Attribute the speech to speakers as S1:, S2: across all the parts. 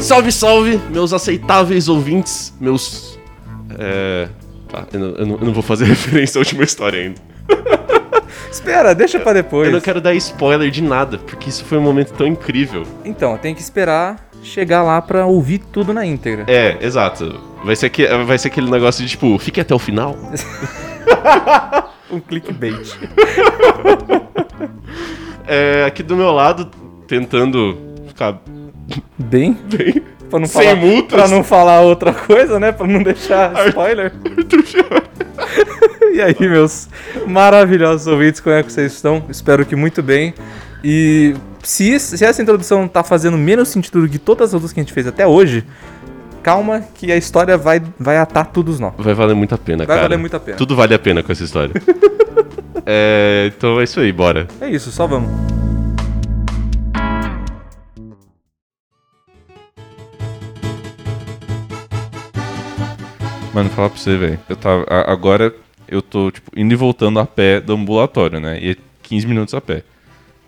S1: Salve, salve, meus aceitáveis ouvintes, meus. É. Tá, eu não, eu não- eu não vou fazer referência à última história ainda.
S2: Espera, deixa pra depois.
S1: Eu não quero dar spoiler de nada, porque isso foi um momento tão incrível.
S2: Então, tem que esperar chegar lá pra ouvir tudo na íntegra.
S1: É, exato. Vai ser, que, vai ser aquele negócio de tipo, fique até o final.
S2: Um clickbait.
S1: É, aqui do meu lado, tentando ficar
S2: Bem,
S1: bem.
S2: pra não
S1: Sem
S2: falar,
S1: multas.
S2: pra não falar outra coisa, né? Pra não deixar spoiler. e aí, meus maravilhosos ouvintes, como é que vocês estão? Espero que muito bem. E se, isso- se essa introdução tá fazendo menos sentido do que todas as outras que a gente fez até hoje, calma que a história vai, vai atar todos nós.
S1: Vai valer muito a pena,
S2: Vai
S1: cara.
S2: valer muito a pena.
S1: Tudo vale a pena com essa história. é, então é isso aí, bora.
S2: É isso, só vamos.
S3: Mano, falar pra você, velho. Eu tava. a- agora eu tô, tipo, indo e voltando a pé do ambulatório, né? E é 15 minutos a pé.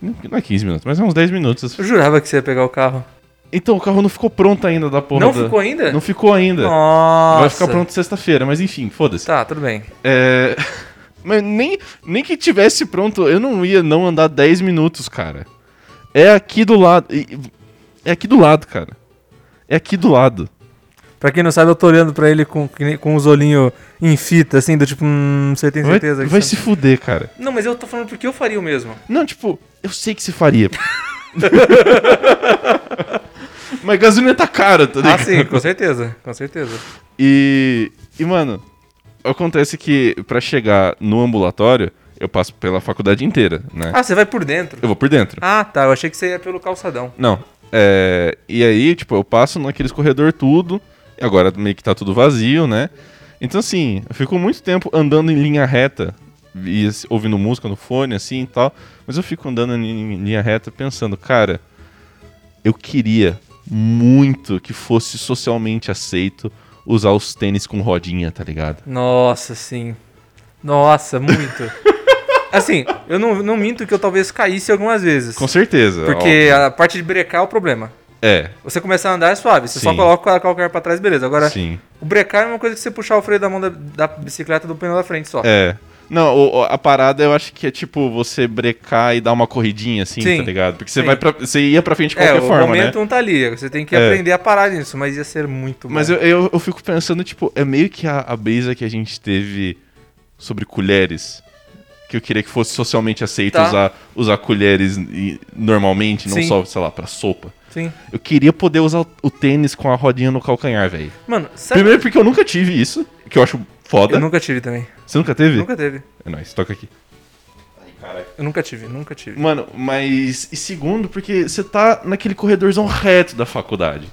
S3: Não não é 15 minutos, mas é uns 10 minutos.
S2: Eu jurava que você ia pegar o carro.
S3: Então, o carro não ficou pronto ainda da porra.
S2: Não
S3: da-
S2: ficou ainda?
S3: Não ficou ainda.
S2: Nossa.
S3: Vai ficar pronto sexta-feira, mas enfim, foda-se.
S2: Tá, tudo bem.
S3: É. Mas nem, nem que tivesse pronto, eu não ia não andar 10 minutos, cara. É aqui do lado. e- É aqui do lado, cara. É aqui do lado.
S2: Pra quem não sabe, eu tô olhando pra ele com, que nem- com os olhinhos em fita, assim, do tipo, hum, você tem
S3: Vai,
S2: certeza que um
S3: vai
S2: você-
S3: se fuder, cara.
S2: Não, mas eu tô falando porque eu faria o mesmo.
S3: Não, tipo, eu sei que se faria. Mas gasolina tá cara, tá
S2: Ah,
S3: ligado?
S2: sim, com certeza, com certeza.
S3: E, e, mano, acontece que pra chegar no ambulatório, eu passo pela faculdade inteira, né?
S2: Ah, você vai por dentro.
S3: Eu vou por dentro.
S2: Ah, tá, eu achei que você ia pelo calçadão.
S3: Não, é... E aí, tipo, eu passo naqueles corredor tudo, e agora meio que tá tudo vazio, né? Então, assim, eu fico muito tempo andando em linha reta, e, assim, ouvindo música no fone, assim, e tal. Mas eu fico andando em, em linha reta pensando, cara, eu queria muito que fosse socialmente aceito usar os tênis com rodinha, tá ligado?
S2: Nossa, sim. Nossa, muito. assim, eu não, não minto que eu talvez caísse algumas vezes.
S3: Com certeza.
S2: Porque
S3: óbvio.
S2: a parte de brecar é o problema.
S3: É,
S2: Você começar a andar é suave, você só
S3: Sim.
S2: coloca o calcanhar pra trás, beleza. Agora,
S3: sim.
S2: o brecar é uma coisa que você puxar o freio da mão da, da bicicleta do pneu da frente só.
S3: É. Não, o- o- a parada eu acho que é tipo você brecar e dar uma corridinha assim,
S2: Sim,
S3: tá ligado? Porque você
S2: sim.
S3: vai pra, você ia pra frente de
S2: É,
S3: qualquer
S2: o
S3: forma,
S2: momento
S3: né?
S2: não tá ali. Você tem que
S3: É.
S2: aprender a parar nisso, mas ia ser muito bom.
S3: Mas eu, eu, eu fico pensando, tipo, é meio que a, a brisa que a gente teve sobre colheres. Que eu queria que fosse socialmente aceito
S2: Tá.
S3: usar, usar colheres e- normalmente, não
S2: Sim.
S3: só, sei lá, pra sopa.
S2: Sim.
S3: Eu queria poder usar o, o tênis com a rodinha no calcanhar, velho.
S2: Mano, sabe?
S3: Primeiro porque eu nunca tive isso, que eu acho foda.
S2: Tá. Eu nunca tive também.
S3: Você nunca teve?
S2: Nunca teve.
S3: É nóis, toca aqui.
S2: Eu nunca tive, nunca tive.
S3: Mano, mas. E segundo, porque você tá naquele corredorzão reto da faculdade.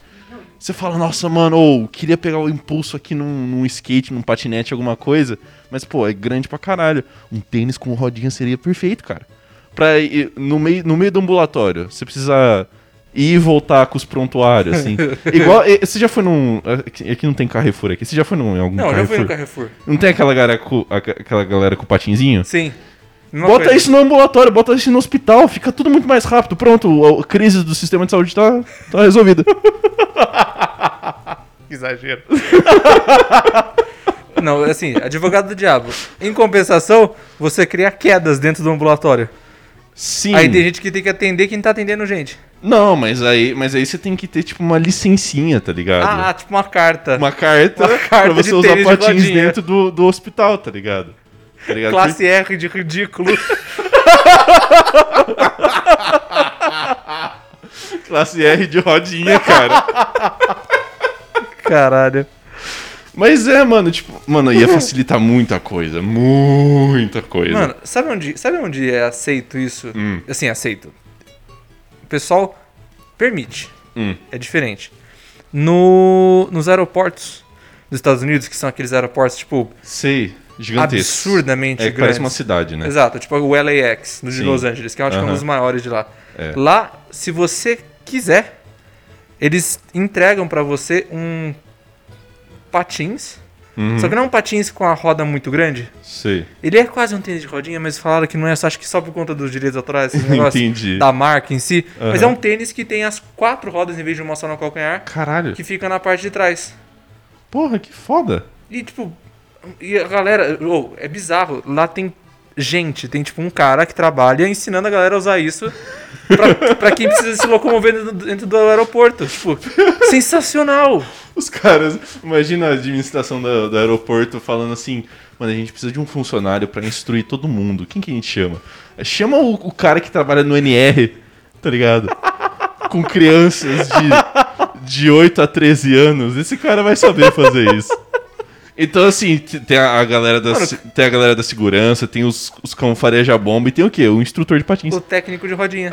S3: Você fala, nossa, mano, ou queria pegar o impulso aqui num, num skate, num patinete, alguma coisa. Mas, pô, é grande pra caralho. Um tênis com rodinha seria perfeito, cara. Pra ir no meio, no meio do ambulatório, você precisa ir e voltar com os prontuários, assim. Igual. eh, Você já foi num. Aqui aqui não tem Carrefour aqui. Você já foi num, em algum
S2: Não,
S3: Carrefour?
S2: já fui no Carrefour.
S3: Não tem aquela galera com, aqua- aquela galera com o patinzinho?
S2: Sim. Mesma
S3: Bota
S2: coisa.
S3: isso no ambulatório, bota isso no hospital, fica tudo muito mais rápido. Pronto, a crise do sistema de saúde tá, tá resolvida.
S2: Exagero. Não, assim, advogado do diabo. Em compensação, você cria quedas dentro do ambulatório.
S3: Sim.
S2: Aí tem gente que tem que atender quem tá atendendo gente.
S3: Não, mas aí, mas aí você tem que ter, tipo, uma licencinha, tá ligado?
S2: Ah, tipo uma carta.
S3: uma carta,
S2: uma carta
S3: pra você
S2: de
S3: usar
S2: tênis de
S3: patins
S2: rodinha.
S3: dentro do, do hospital, tá ligado? Tá ligado?
S2: Classe R de ridículo.
S3: Porque- classe R de rodinha, cara.
S2: Caralho.
S3: mas é, mano, tipo, mano, ia facilitar muita coisa, muita coisa.
S2: Mano, sabe onde, sabe onde é aceito isso?
S3: Hum.
S2: Assim, aceito. O pessoal permite.
S3: Hum.
S2: É diferente. No, nos aeroportos dos Estados Unidos, que são aqueles aeroportos, tipo,
S3: sei, gigantesco.
S2: absurdamente
S3: É, que
S2: grandes.
S3: parece uma cidade, né?
S2: Exato, tipo o LAX, no de
S3: Sim.
S2: Los Angeles, que eu acho que é um
S3: Aham.
S2: dos maiores de lá.
S3: É.
S2: Lá, se você quiser, eles entregam pra você um patins
S3: Uhum.
S2: Só que não é um patins com a roda muito grande.
S3: Sei.
S2: Ele é quase um tênis de rodinha, mas falaram que não é só, acho que só por conta dos direitos autorais, esse negócio
S3: Entendi.
S2: da marca em si. Mas é
S3: Aham.
S2: um tênis que tem as quatro rodas em vez de uma só no calcanhar,
S3: Caralho.
S2: que fica na parte de trás.
S3: Porra, que foda.
S2: E tipo, e a galera, ô, é bizarro, lá tem gente, tem tipo um cara que trabalha ensinando a galera a usar isso pra, pra quem precisa se locomover dentro, do- dentro do aeroporto. Tipo, sensacional!
S3: Os caras, imagina a administração do, do aeroporto falando assim: mano, a gente precisa de um funcionário pra instruir todo mundo. Quem que a gente chama? Chama o, o cara que trabalha no NR, tá ligado? Com crianças de, de 8 a 13 anos. Esse cara vai saber fazer isso. Então, assim, t- tem a, a galera da, se- tem a galera da segurança, tem os, os cão fareja-bomba e tem o quê? O instrutor de patins.
S2: O técnico de rodinha.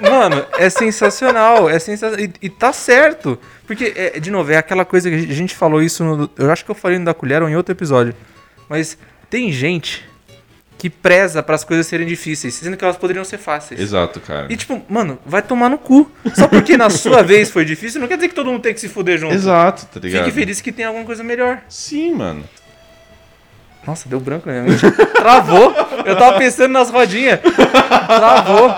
S2: Mano, é sensacional, é sensacional. E, e tá certo. Porque, é, de novo, é aquela coisa que a gente- a gente falou isso no. Eu acho que eu falei no da colher ou em outro episódio. Mas tem gente que preza para as coisas serem difíceis, sendo que elas poderiam ser fáceis.
S3: Exato, cara.
S2: E tipo, mano, vai tomar no cu. Só porque na sua vez foi difícil, não quer dizer que todo mundo tem que se fuder junto.
S3: Exato, tá ligado?
S2: Fique feliz que tem alguma coisa melhor.
S3: Sim, mano.
S2: Nossa, deu branco na minha mente. Travou. Eu tava pensando nas rodinhas. Travou.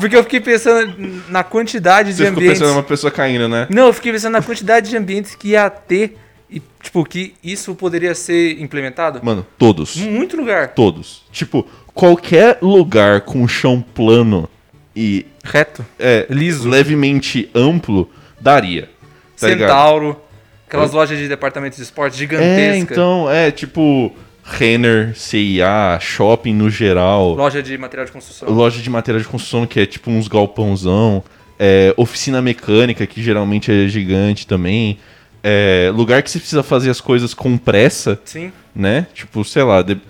S2: Porque eu fiquei pensando na quantidade
S3: Você
S2: de
S3: ficou
S2: ambientes.
S3: pensando numa pessoa caindo, né?
S2: Não, eu fiquei pensando na quantidade de ambientes que ia ter e, tipo, que isso poderia ser implementado.
S3: Mano, todos.
S2: Em muito lugar.
S3: Todos. Tipo, qualquer lugar com chão plano e
S2: Reto.
S3: é,
S2: Liso.
S3: levemente amplo, daria. Tá ligado?
S2: Centauro. Aquelas lojas de departamentos de esporte
S3: É,
S2: gigantescas.
S3: então, é tipo Renner, CIA, shopping no geral,
S2: Loja de material de construção.
S3: loja de matéria de construção que é tipo uns galpãozão, é, oficina mecânica que geralmente é gigante também, é, lugar que você precisa fazer as coisas com pressa,
S2: Sim.
S3: né? Tipo, sei lá, de-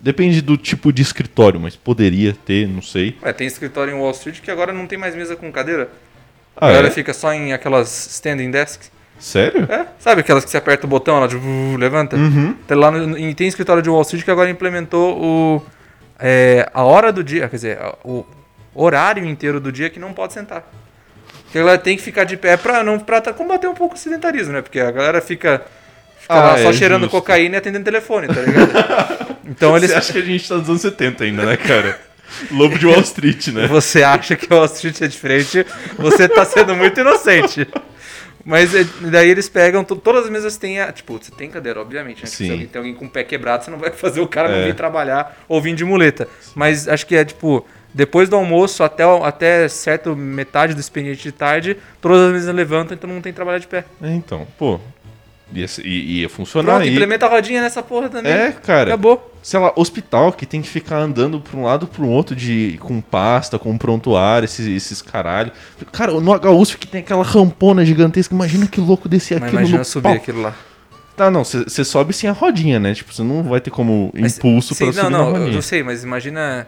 S3: depende do tipo de escritório, mas poderia ter, não sei.
S2: Ué, tem escritório em Wall Street que agora não tem mais mesa com cadeira.
S3: Ah,
S2: a galera
S3: é?
S2: fica só em aquelas standing desks.
S3: Sério?
S2: É, sabe aquelas que você aperta o botão, ela tipo, levanta?
S3: Uhum.
S2: Tem lá no- em- tem escritório de Wall Street que agora implementou o é, a hora do dia, quer dizer, a- o horário inteiro do dia que não pode sentar. Que a galera tem que ficar de pé pra, não, pra tá- combater um pouco o sedentarismo, né? Porque a galera fica, fica
S3: Ah,
S2: lá só
S3: é
S2: cheirando
S3: justo.
S2: cocaína e atendendo telefone, tá ligado? então eles...
S3: Você acha que a gente tá nos anos 70 ainda, né, cara? Lobo de Wall Street, né?
S2: você acha que Wall Street é diferente, você tá sendo muito inocente. Mas é- daí eles pegam, to- todas as mesas têm a. Tipo, você tem cadeira, obviamente, né?
S3: Sim.
S2: Se alguém, tem alguém com o pé quebrado, você não vai fazer o cara não
S3: É.
S2: vir trabalhar ou vir de muleta. Mas acho que é tipo, depois do almoço até, o- até certo metade do expediente de tarde, todas as mesas levantam, então não tem que trabalhar de pé.
S3: É, Então, pô, ia, ser- i- ia funcionar
S2: Pronto,
S3: aí.
S2: implementa a rodinha nessa porra também.
S3: É, cara.
S2: Acabou.
S3: Sei lá, hospital que tem que ficar andando pra um lado pro outro de, com pasta, com prontuário, esses, esses caralho. Cara, no HUSP que tem aquela rampona gigantesca, imagina É que louco descer
S2: Mas
S3: aquilo
S2: imagina
S3: no
S2: subir
S3: pau.
S2: aquilo lá.
S3: Tá, não, você sobe sem a rodinha, né? Tipo, você não vai ter como
S2: Mas-
S3: impulso
S2: sim,
S3: pra
S2: Não,
S3: subir na
S2: não, eu-
S3: rodinha.
S2: eu sei, mas imagina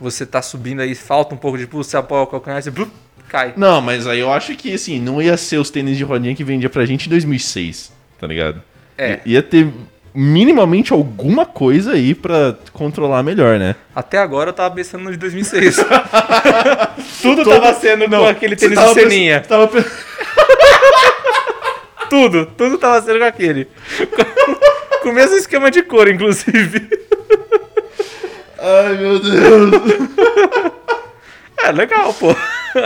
S2: você tá subindo aí, falta um pouco de pulso, você apoia o calcanhar, você blup, cai.
S3: Não, mas aí eu acho que, assim, não ia ser os tênis de rodinha que vendia pra gente em 2006, tá ligado?
S2: É.
S3: I- Ia ter minimamente alguma coisa aí pra controlar melhor, né?
S2: Até agora eu tava pensando no de 2006.
S3: Tudo
S2: tava sendo com aquele tênis de ceninha.
S3: Tava pensando...
S2: tudo, tudo tava sendo com aquele. Com- Com o mesmo esquema de cor, inclusive.
S3: Ai, meu Deus.
S2: É, legal, pô.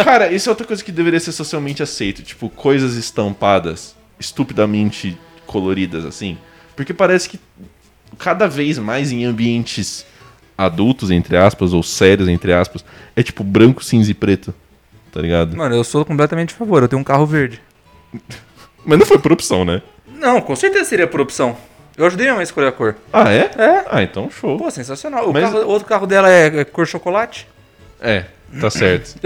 S3: Cara, isso é outra coisa que deveria ser socialmente aceito. Tipo, coisas estampadas, estupidamente coloridas, assim. Porque parece que cada vez mais em ambientes adultos, entre aspas, ou sérios, entre aspas, é tipo branco, cinza e preto. Tá ligado?
S2: Mano, eu sou completamente a favor, eu tenho um carro verde.
S3: Mas não foi por opção, né?
S2: Não, com certeza seria por opção. Eu ajudei minha mãe a escolher a cor.
S3: Ah, é?
S2: É.
S3: Ah, então show.
S2: Pô, sensacional. O
S3: Mas-
S2: carro- o outro carro dela é é cor chocolate.
S3: É, tá certo.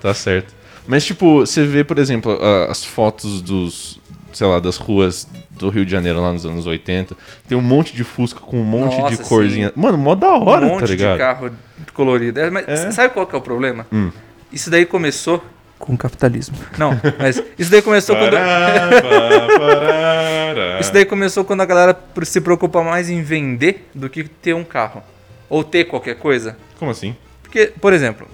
S3: tá certo. Mas, tipo, você vê, por exemplo, a- as fotos dos, sei lá, das ruas do Rio de Janeiro lá nos anos 80. Tem um monte de fusca com um monte
S2: Nossa,
S3: de corzinha. Mano, mó da hora,
S2: um monte
S3: tá ligado?
S2: de carro colorido. É, mas
S3: É.
S2: sabe qual que é o problema?
S3: Hum.
S2: Isso daí começou com o capitalismo. Não, mas isso daí começou quando
S3: Pará, pá, parará.
S2: isso daí começou quando a galera pro- se preocupa mais em vender do que ter um carro ou ter qualquer coisa.
S3: Como assim?
S2: Porque, por exemplo,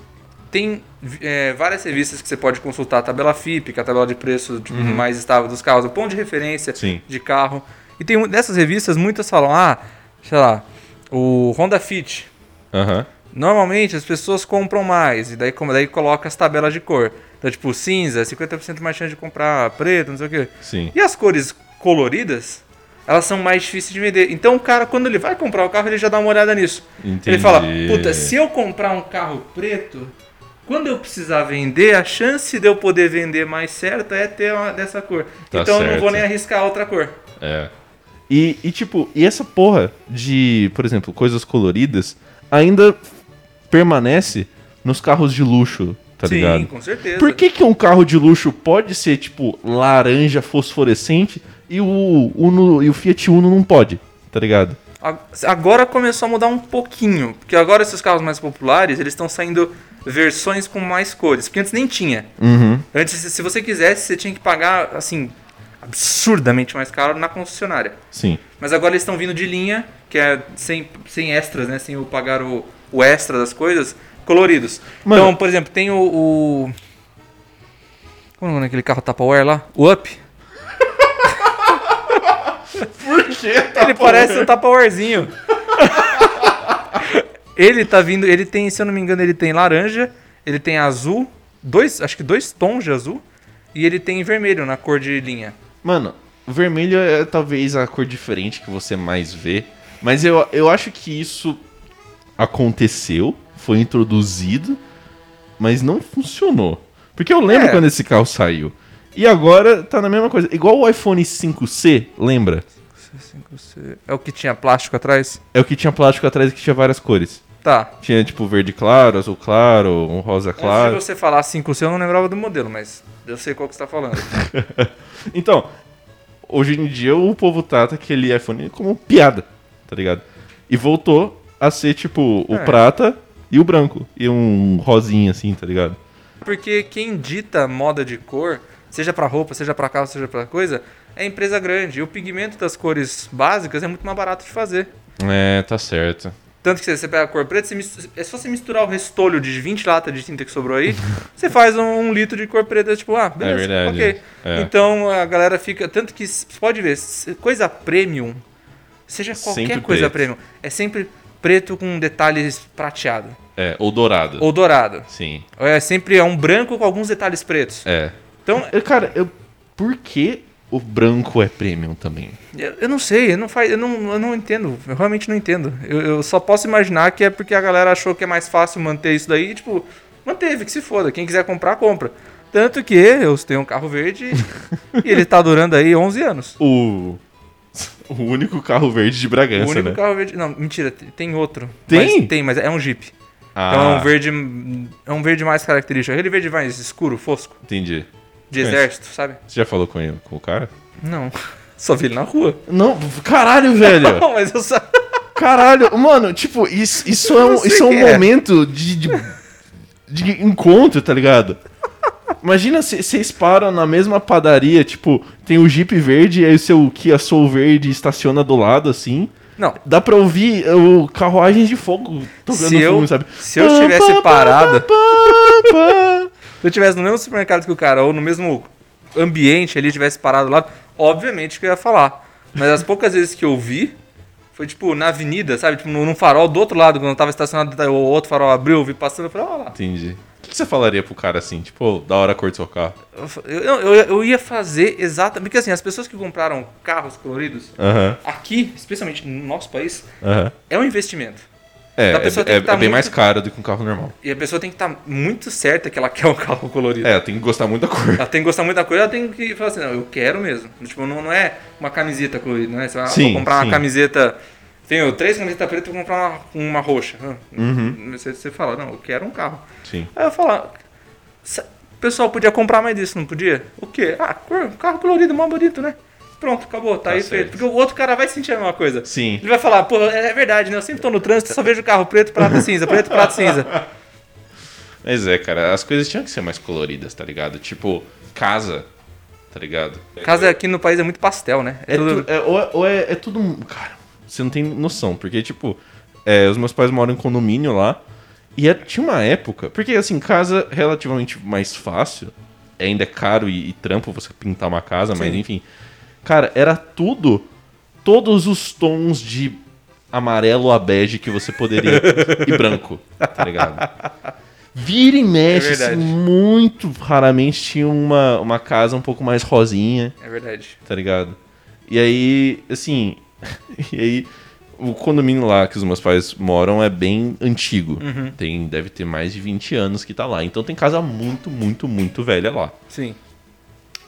S2: tem é, várias revistas que você pode consultar a tabela FIP, que é a tabela de preço tipo, mais estável dos carros, o ponto de referência
S3: Uhum. Sim.
S2: de carro. E tem um- dessas revistas, muitas falam, ah, sei lá, o Honda Fit.
S3: Aham.
S2: Normalmente as pessoas compram mais, e daí, como- daí coloca as tabelas de cor. Então, tipo, cinza, 50% mais chance de comprar preto, não sei o quê.
S3: Sim.
S2: E as cores coloridas, elas são mais difíceis de vender. Então o cara, quando ele vai comprar o carro, ele já dá uma olhada nisso.
S3: Entendi.
S2: Ele fala, puta, se eu comprar um carro preto, quando eu precisar vender, a chance de eu poder vender mais certo é ter uma dessa cor.
S3: Tá
S2: então eu não vou
S3: certo.
S2: nem arriscar outra cor.
S3: É. E, e, tipo, e essa porra de, por exemplo, coisas coloridas ainda permanece nos carros de luxo, tá
S2: Sim,
S3: ligado?
S2: com certeza.
S3: Por que, que um carro de luxo pode ser, tipo, laranja fosforescente e o, Uno, e o Fiat Uno não pode, tá ligado?
S2: A- Agora começou a mudar um pouquinho, porque agora esses carros mais populares, eles estão saindo versões com mais cores, porque antes nem tinha.
S3: Uhum.
S2: Antes, se se você quisesse, você tinha que pagar, assim, absurdamente mais caro na concessionária.
S3: Sim.
S2: Mas agora eles estão vindo de linha, que é sem, sem extras, né? Sem o pagar o, o extra das coisas, coloridos.
S3: Mano.
S2: Então, por exemplo, tem o. o... Como é o nome daquele carro Tupperware lá? O Up.
S1: Por quê?
S2: Ele parece um Tupperwarezinho. ele tá vindo, ele tem, se eu não me engano, ele tem laranja, ele tem azul, dois, acho que dois tons de azul, e ele tem vermelho na cor de linha.
S3: Mano, o vermelho é talvez a cor diferente que você mais vê. Mas eu, eu acho que isso aconteceu, foi introduzido, mas não funcionou. Porque eu lembro
S2: É.
S3: quando esse carro saiu. E agora tá na mesma coisa. Igual o iPhone 5C, lembra?
S2: É o que tinha plástico atrás?
S3: É o que tinha plástico atrás e que tinha várias cores.
S2: Tá.
S3: Tinha tipo verde claro, azul claro, um rosa claro.
S2: Antes de você falar 5C, eu não lembrava do modelo, mas eu sei qual que você tá falando.
S3: Então, hoje em dia o povo trata aquele iPhone como piada, tá ligado? E voltou a ser tipo o
S2: É.
S3: prata e o branco. E um rosinha assim, tá ligado?
S2: Porque quem dita moda de cor, seja pra roupa, seja pra carro, seja pra coisa, é a empresa grande. E o pigmento das cores básicas é muito mais barato de fazer.
S3: É, tá certo.
S2: Tanto que você- você pega a cor preta, você mistu- é só você misturar o restolho de 20 latas de tinta que sobrou aí, você faz um, um litro de cor preta, tipo, ah, beleza,
S3: verdade,
S2: ok.
S3: é.
S2: Então a galera fica. Tanto que, s- você pode ver, s- coisa premium, seja qualquer
S3: Sempre
S2: coisa
S3: preto.
S2: premium, é sempre preto com detalhes prateado
S3: É, ou dourado.
S2: ou dourado.
S3: Sim,
S2: É sempre é um branco com alguns detalhes pretos.
S3: é.
S2: Então,
S3: Eu, cara, eu... por que o branco é premium também?
S2: eu, eu não sei, eu não, faz, eu, não, eu não entendo, eu realmente não entendo. Eu, eu só posso imaginar que é porque a galera achou que é mais fácil manter isso daí, e, tipo, manteve, que se foda, quem quiser comprar, compra. Tanto que eu tenho um carro verde e ele tá durando aí 11 anos.
S3: O. O único carro verde de Bragança,
S2: o único
S3: né?
S2: carro verde. Não, mentira, te- tem outro.
S3: Tem?
S2: Mas, tem, mas é um Jeep.
S3: Ah,
S2: Então é um verde. É um verde mais característico. Aquele verde mais escuro, fosco,
S3: entendi.
S2: de
S3: Conheço.
S2: exército, sabe?
S3: Você já falou com, ele, com o cara?
S2: Não. Só vi ele na rua.
S3: Não, caralho, velho!
S2: Não, mas eu só.
S3: Caralho, mano, tipo, isso, isso é
S2: Eu
S3: um,
S2: não sei
S3: isso é um
S2: quem é.
S3: momento de, de, de encontro, tá ligado? Imagina se vocês param na mesma padaria, tipo, tem o Jeep verde, aí o seu Kia Soul verde estaciona do lado, assim.
S2: Não,
S3: Dá pra ouvir é, o carruagens de fogo tocando
S2: Se
S3: no
S2: eu-
S3: fundo, sabe?
S2: se eu tivesse parado-
S3: pá,
S2: Se eu tivesse no mesmo supermercado que o cara, ou no mesmo ambiente ali, tivesse parado lá, obviamente que eu ia falar. Mas as poucas vezes que eu vi, foi tipo na avenida, sabe? Tipo num num farol do outro lado, quando eu tava estacionado, daí o outro farol abriu, eu vi passando, eu falei, ó lá.
S3: Entendi. O que que você falaria pro cara assim, tipo, "Ô, da hora a cor do seu carro?
S2: Eu, eu, eu ia fazer exatamente. Porque assim, as pessoas que compraram carros coloridos,
S3: Aham,
S2: aqui, especialmente no nosso país,
S3: aham.
S2: é um investimento.
S3: É,
S2: Da pessoa
S3: é,
S2: tem que
S3: é-
S2: tá
S3: é bem
S2: muito-
S3: mais caro do que um carro normal.
S2: E a pessoa tem que estar muito certa que ela quer um carro colorido.
S3: É, tem que gostar muito da cor.
S2: Ela tem que gostar muito da coisa, ela tem que falar assim, não, eu quero mesmo. Tipo, não, não é uma camiseta colorida, né? Você vai
S3: Sim,
S2: vou comprar
S3: sim.
S2: uma camiseta. Tenho três camisetas pretas, vou comprar uma, uma roxa. Ah,
S3: Uhum.
S2: Você, você fala, não, eu quero um carro.
S3: Sim.
S2: Aí eu falo, "Sa- o pessoal podia comprar mais disso, não podia? O quê? Ah, cor, um carro colorido, mó bonito, né? Pronto, acabou, tá,
S3: Tá
S2: aí
S3: certo.
S2: feito. Porque o outro cara vai sentir a mesma coisa.
S3: Sim.
S2: Ele vai falar, pô, é verdade, né? Eu sempre tô no trânsito, só vejo carro preto, prata, cinza, preto, prata, cinza.
S3: Mas é, cara, as coisas tinham que ser mais coloridas, tá ligado? Tipo, casa, tá ligado?
S2: Casa aqui no país é muito pastel, né?
S3: É tu- é- ou ou é, é tudo. um- Cara, você não tem noção, porque, tipo, é, os meus pais moram em condomínio lá. E era- tinha uma época. Porque, assim, casa relativamente mais fácil. Ainda é caro e, e trampo você pintar uma casa, mas
S2: Sim.
S3: enfim. Cara, era tudo todos os tons de amarelo a bege que você poderia. e branco, tá ligado? Vira e mexe,
S2: É
S3: assim,
S2: verdade.
S3: muito raramente tinha uma, uma casa um pouco mais rosinha
S2: É verdade.
S3: tá ligado? E aí, assim, e aí o condomínio lá que os meus pais moram é bem antigo. Tem, deve ter mais de 20 anos que tá lá. Então tem casa muito, muito, muito velha lá.
S2: Sim.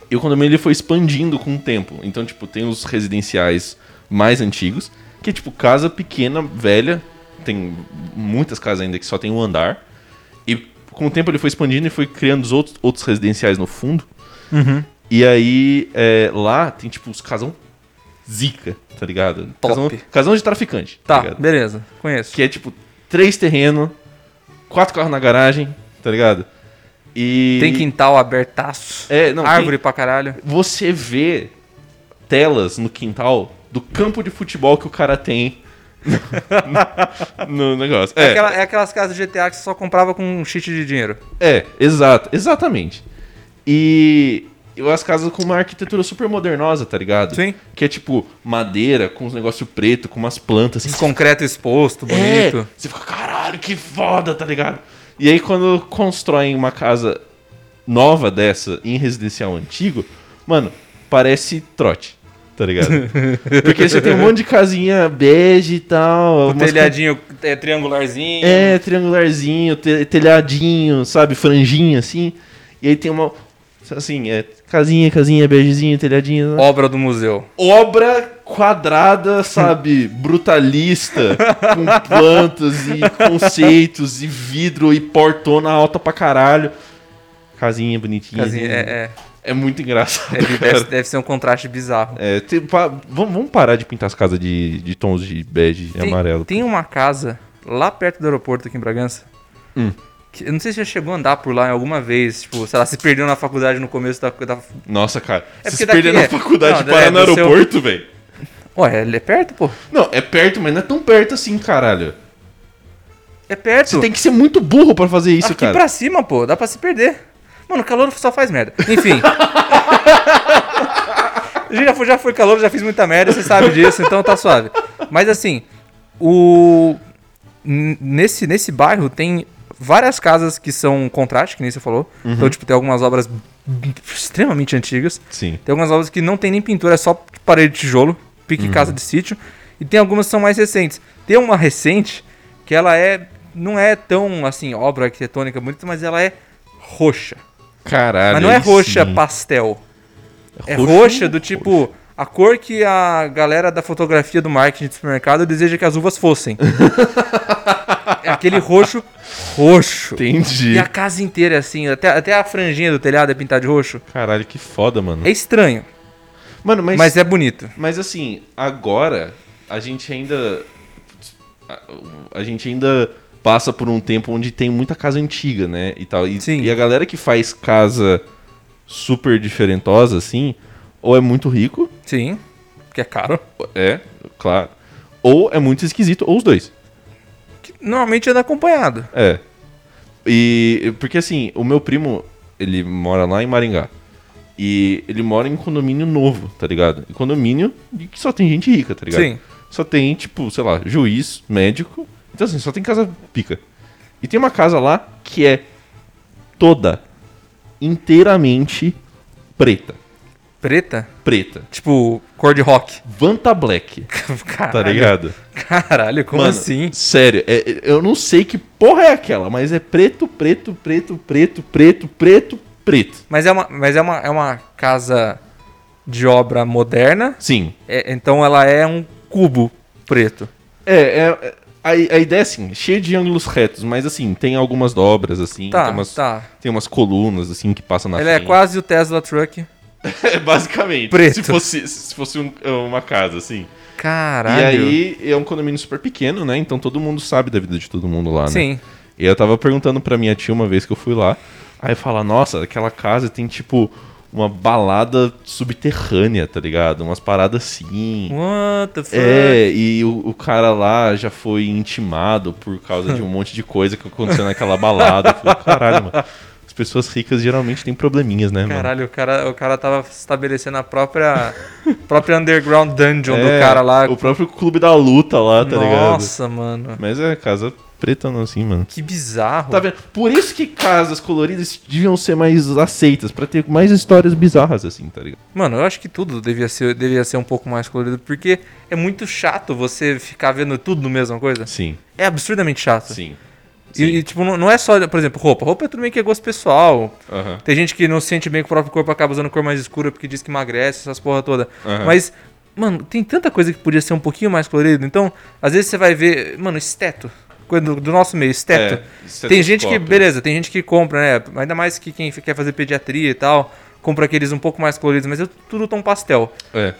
S3: E o condomínio ele foi expandindo com o tempo. Então, tipo, tem os residenciais mais antigos, que é tipo casa pequena, velha. Tem muitas casas ainda que só tem um andar. E com o tempo ele foi expandindo e foi criando os outros, outros residenciais no fundo.
S2: Uhum.
S3: E aí, é, lá tem tipo os casão zica, tá ligado?
S2: Top.
S3: Casão, casão de traficante.
S2: Tá,
S3: ligado?
S2: beleza. Conheço.
S3: Que é tipo três terrenos, quatro carros na garagem, tá ligado? E.
S2: Tem quintal abertaço.
S3: É, não,
S2: árvore pra caralho.
S3: você vê telas no quintal do campo de futebol que o cara tem no, no negócio.
S2: É.
S3: É,
S2: aquela- é aquelas casas de GTA que você só comprava com um cheat de dinheiro.
S3: é, exato, exatamente. E e as casas com uma arquitetura super modernosa, tá ligado?
S2: Sim.
S3: Que é tipo madeira com uns negócio preto, com umas plantas. Assim,
S2: Esse concreto exposto,
S3: É,
S2: bonito.
S3: você fica, caralho, que foda, tá ligado? E aí quando constroem uma casa nova dessa em residencial antigo, mano, parece trote, tá ligado? Porque você tem um monte de casinha bege e tal.
S2: O
S3: umas
S2: telhadinho é triangularzinho.
S3: co- É, triangularzinho, te- telhadinho, sabe? Franjinha, assim. E aí tem uma... Assim, é casinha, casinha, begezinho, telhadinho.
S2: Obra do museu.
S3: Obra quadrada, sabe? brutalista, com plantas e conceitos e vidro e portona alta pra caralho. Casinha bonitinha.
S2: Casinha,
S3: né?
S2: é, é.
S3: É muito engraçado.
S2: Deve,
S3: cara.
S2: deve- deve ser um contraste bizarro.
S3: É, tem- pa- vamos, vamos parar de pintar as casas de, de tons de bege e é
S2: Tem-
S3: amarelo.
S2: Tem uma casa lá perto do aeroporto aqui em Bragança.
S3: Hum.
S2: que- eu não sei se já chegou a andar por lá em alguma vez. Tipo, sei lá, se perdeu na faculdade no começo da. da...
S3: Nossa, cara.
S2: É
S3: vocês
S2: porque daqui
S3: perderam
S2: é-
S3: a faculdade
S2: não,
S3: de parar
S2: é
S3: no
S2: do seu-
S3: aeroporto, velho.
S2: Ué, ele é perto, pô.
S3: Não, é perto, mas não é tão perto assim, caralho.
S2: É perto.
S3: Você tem que ser muito burro pra fazer isso,
S2: Aqui
S3: cara.
S2: pra cima, pô, dá pra se perder. Mano, calor só faz merda. Enfim. já, foi, já foi calor, já fiz muita merda, você sabe disso, então tá suave. Mas assim, o. n- Nesse, nesse bairro tem várias casas que são contraste, que nem você falou. Então,
S3: Uhum.
S2: tipo, tem algumas obras extremamente antigas.
S3: Sim.
S2: Tem algumas obras que não tem nem pintura, é só parede de tijolo, pique casa de sítio. E tem algumas que são mais recentes. Tem uma recente que ela é. não é tão assim, obra arquitetônica bonita, mas ela é roxa.
S3: Caralho.
S2: mas não é
S3: aí
S2: roxa
S3: sim.
S2: pastel. É
S3: roxo,
S2: roxa do tipo. A cor que a galera da fotografia do marketing de supermercado deseja que as uvas fossem. é aquele roxo roxo.
S3: Entendi.
S2: E a casa inteira, assim, até, até a franjinha do telhado é pintada de roxo.
S3: Caralho, que foda, mano.
S2: É estranho,
S3: Mano, mas, mas,
S2: mas é bonito.
S3: assim, agora a gente ainda. a- A gente ainda passa por um tempo onde tem muita casa antiga, né? E tal. E,
S2: Sim.
S3: e a galera que faz casa super diferentosa, assim, ou é muito rico,
S2: Sim, porque é caro.
S3: é, claro. Ou é muito esquisito, ou os dois.
S2: Que normalmente anda acompanhado.
S3: É. E porque assim, o meu primo, ele mora lá em Maringá. E ele mora em condomínio novo, tá ligado? E condomínio de que só tem gente rica, tá ligado?
S2: Sim.
S3: Só tem, tipo, sei lá, juiz, médico. Então assim, só tem casa pica. E tem uma casa lá que é toda inteiramente preta.
S2: Preta?
S3: Preta.
S2: Tipo, cor de rock.
S3: Vanta Black,
S2: Caralho.
S3: tá ligado?
S2: Caralho, como
S3: Mano,
S2: assim?
S3: Sério, é- é- eu não sei que porra é aquela, mas é preto, preto, preto, preto, preto, preto, preto.
S2: Mas é uma, mas é uma, é uma casa de obra moderna,
S3: Sim.
S2: é- então ela é um cubo preto.
S3: É, é- é- a, a ideia é assim, cheia de ângulos retos, mas assim, tem algumas dobras, assim,
S2: Tá,
S3: tem, umas,
S2: tá.
S3: tem umas colunas, assim, que passam na
S2: Ela é
S3: frente.
S2: quase o Tesla Truck.
S3: É, basicamente.
S2: Preto.
S3: Se fosse, se fosse um- uma casa, assim.
S2: Caralho.
S3: E aí, é um condomínio super pequeno, né? Então todo mundo sabe da vida de todo mundo lá, né?
S2: Sim.
S3: E eu tava perguntando pra minha tia uma vez que eu fui lá. Aí fala, nossa, aquela casa tem tipo uma balada subterrânea, tá ligado? Umas paradas assim.
S2: What the fuck?
S3: É, e o, o cara lá já foi intimado por causa de um monte de coisa que aconteceu naquela balada. Eu falei, caralho, mano. As pessoas ricas geralmente têm probleminhas, né, mano?
S2: Caralho, o cara, o cara tava estabelecendo a própria, própria underground dungeon
S3: É,
S2: um do cara lá.
S3: O próprio clube da luta lá, tá ligado?
S2: Nossa, mano.
S3: Mas é casa preta não assim, mano.
S2: Que bizarro.
S3: Tá vendo? Por isso que casas coloridas deviam ser mais aceitas, pra ter mais histórias bizarras, assim, tá ligado?
S2: Mano, eu acho que tudo devia ser, devia ser um pouco mais colorido, porque é muito chato você ficar vendo tudo na mesma coisa.
S3: Sim,
S2: É absurdamente chato.
S3: sim.
S2: E, e, tipo, não, não é só, por exemplo, roupa. Roupa tudo bem que é gosto pessoal.
S3: Aham.
S2: Tem gente que não se sente bem com o próprio corpo, acaba usando cor mais escura porque diz que emagrece, essas porra toda.
S3: Aham.
S2: Mas, mano, tem tanta coisa que podia ser um pouquinho mais colorido. Então, às vezes você vai ver, mano, esteto. Coisa Do, do nosso meio, esteto.
S3: É,
S2: tem gente que,
S3: estetoscópio.
S2: beleza, tem gente que compra, né? Ainda mais que quem quer fazer pediatria e tal, compra aqueles um pouco mais coloridos, mas é tudo tom pastel.
S3: É.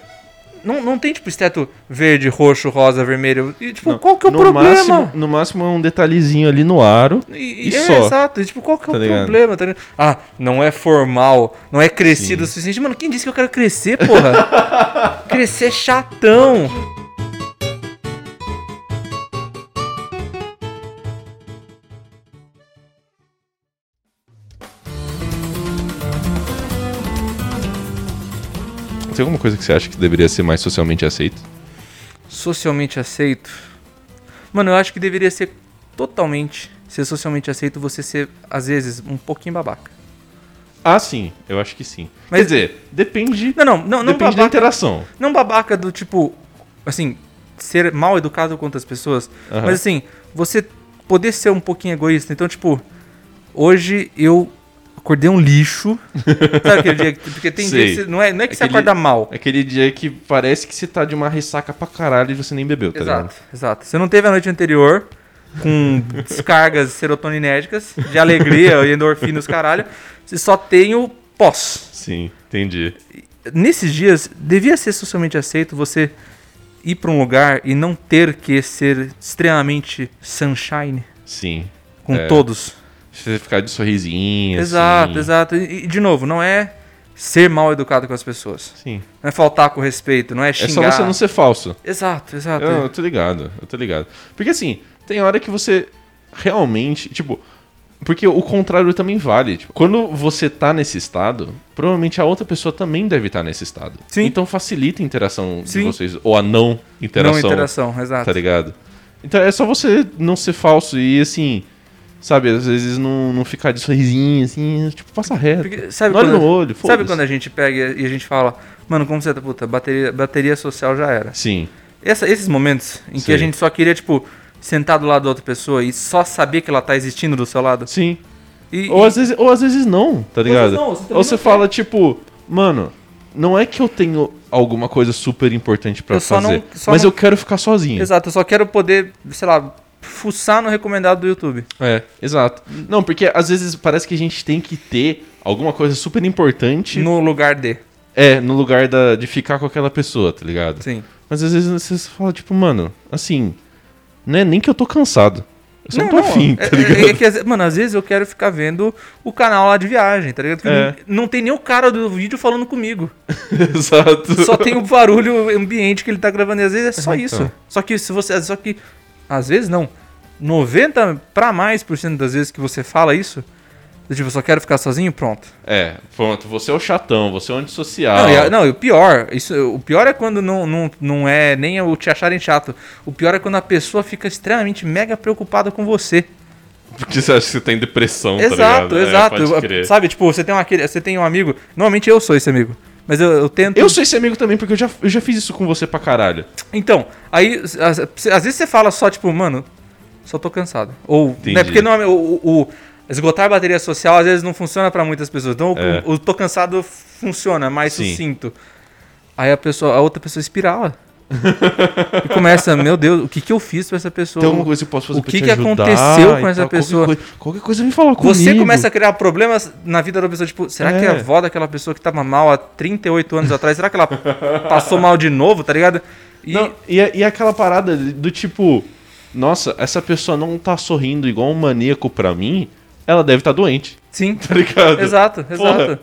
S2: Não, não tem, tipo, esteto verde, roxo, rosa, vermelho. E, tipo,
S3: Não,
S2: qual que é o
S3: no
S2: problema?
S3: Máximo, no máximo é um detalhezinho ali no aro.
S2: E,
S3: E
S2: é,
S3: só.
S2: exato. E, Tipo, qual que é
S3: Tá
S2: o
S3: ligado?
S2: problema? tá ligado? ah, não é formal, não é crescido
S3: Sim.
S2: o suficiente. Mano, quem disse que eu quero crescer, porra? crescer é chatão.
S3: Tem alguma coisa que você acha que deveria ser mais socialmente aceito?
S2: Socialmente aceito. Mano, eu acho que deveria ser totalmente ser socialmente aceito você ser, às vezes, um pouquinho babaca.
S3: Ah, sim. Eu acho que sim.
S2: Mas-
S3: Quer dizer, depende,
S2: Não, não, não, não
S3: depende da
S2: babaca.
S3: interação.
S2: Não babaca do tipo, assim, ser mal educado contra as pessoas,
S3: Aham.
S2: mas assim, você poder ser um pouquinho egoísta. Então, tipo, hoje eu acordei um lixo. Sabe aquele dia que, porque tem
S3: Sei.
S2: dia que você, não é, não é que você
S3: Aquele- Tá
S2: acorda mal.
S3: Aquele dia que parece que você tá de uma ressaca pra caralho e você nem bebeu, tá
S2: Exato, exato. Você não teve a noite anterior com descargas serotoninérgicas de alegria e endorfina os caralho. Você só tem o pós.
S3: Sim, entendi.
S2: nesses dias devia ser socialmente aceito você ir pra um lugar e não ter que ser extremamente sunshine
S3: Sim.
S2: com
S3: É.
S2: todos.
S3: Você ficar de sorrisinho.
S2: Exato,
S3: assim.
S2: exato. E, e, de novo, não é ser mal educado com as pessoas.
S3: Sim.
S2: Não é faltar com respeito, não é
S3: É só
S2: xingar.
S3: você não É ser falso.
S2: Exato, exato.
S3: Eu, eu tô ligado, eu tô ligado. Porque assim, tem hora que você realmente, tipo. Porque o contrário também vale. Tipo, quando você tá nesse estado, provavelmente a outra pessoa também deve estar nesse estado.
S2: Sim.
S3: Então facilita a interação de
S2: Sim.
S3: vocês, ou a não
S2: não
S3: interação.
S2: interação, exato.
S3: Tá ligado? Então é só você não ser falso e assim. Sabe, às vezes não, não ficar de sorrisinho, assim, tipo, passa reto.
S2: Porque sabe
S3: não olha
S2: quando,
S3: no olho,
S2: sabe
S3: foda-se.
S2: quando a gente pega e a gente fala, mano, como você tá, puta, bateria, bateria social já era.
S3: Sim,
S2: Essa- esses momentos em que
S3: Sei.
S2: a gente só queria, tipo, sentar do lado da outra pessoa e só saber que ela tá existindo do seu lado.
S3: sim.
S2: E,
S3: Ou às vezes, ou às vezes não, tá ligado?
S2: não, você também
S3: ou você
S2: não quer.
S3: fala, tipo, mano, não é que eu tenho alguma coisa super importante pra
S2: Eu só
S3: fazer,
S2: não- só
S3: mas
S2: não-
S3: eu quero ficar sozinho.
S2: Exato, eu só quero poder, sei lá, fuçar no recomendado do YouTube.
S3: É, exato. Não, porque às vezes parece que a gente tem que ter alguma coisa super importante
S2: No lugar de.
S3: é, no lugar da, de ficar com aquela pessoa, tá ligado?
S2: Sim.
S3: Mas às vezes você fala, tipo, mano, assim, não é nem que eu tô cansado. Eu só não, tô afim,
S2: é-
S3: tá
S2: é-
S3: ligado?
S2: é que às- mano, às vezes eu quero ficar vendo o canal lá de viagem, tá ligado? Porque
S3: É.
S2: Não, não tem nem o cara do vídeo falando comigo.
S3: exato.
S2: é- Só tem o barulho ambiente que ele tá gravando. E às vezes é só
S3: Então.
S2: isso. Só que se você. Só que. Às vezes não. 90 pra mais por cento das vezes que você fala isso. do Tipo, eu só quero ficar sozinho, pronto.
S3: É, pronto, você é o chatão, você é o antissocial.
S2: Não, e a- não, e o pior, isso, o pior é quando não, não, não é nem o te acharem chato. O pior é quando a pessoa fica extremamente mega preocupada com você.
S3: Porque você acha que você tá em depressão,
S2: exato,
S3: tá ligado? É,
S2: exato.
S3: pode crer.
S2: Sabe, tipo, você tem, um, aquele, você tem um amigo. Normalmente eu sou esse amigo. Mas eu, eu tento.
S3: Eu sou esse amigo também, porque eu já, eu já fiz isso com você pra caralho.
S2: Então, aí, às, às vezes você fala só, tipo, mano, só tô cansado. Ou.
S3: Entendi.
S2: Né, porque não, é- o, o- o- esgotar a bateria social às vezes não funciona pra muitas pessoas. Então, o-
S3: É.
S2: o, tô cansado funciona, mais
S3: Sim.
S2: sucinto. Aí a, pessoa, a outra pessoa espirala. e começa, meu Deus, o que, que eu fiz pra essa pessoa?
S3: Tem alguma coisa que eu posso fazer
S2: o
S3: pra
S2: que
S3: te
S2: que
S3: ajudar
S2: aconteceu com
S3: e
S2: essa pessoa?
S3: então Qualquer coisa, qualquer coisa me fala comigo.
S2: Você começa a criar problemas na vida da pessoa. Tipo, será que
S3: É.
S2: a avó daquela pessoa que tava mal há 38 anos atrás, será que ela passou mal de novo, tá ligado? E,
S3: Não, e, é- e é aquela parada do tipo... Nossa, essa pessoa não tá sorrindo igual um maníaco pra mim, ela deve estar tá doente,
S2: sim,
S3: tá ligado?
S2: Exato,
S3: Porra.
S2: exato.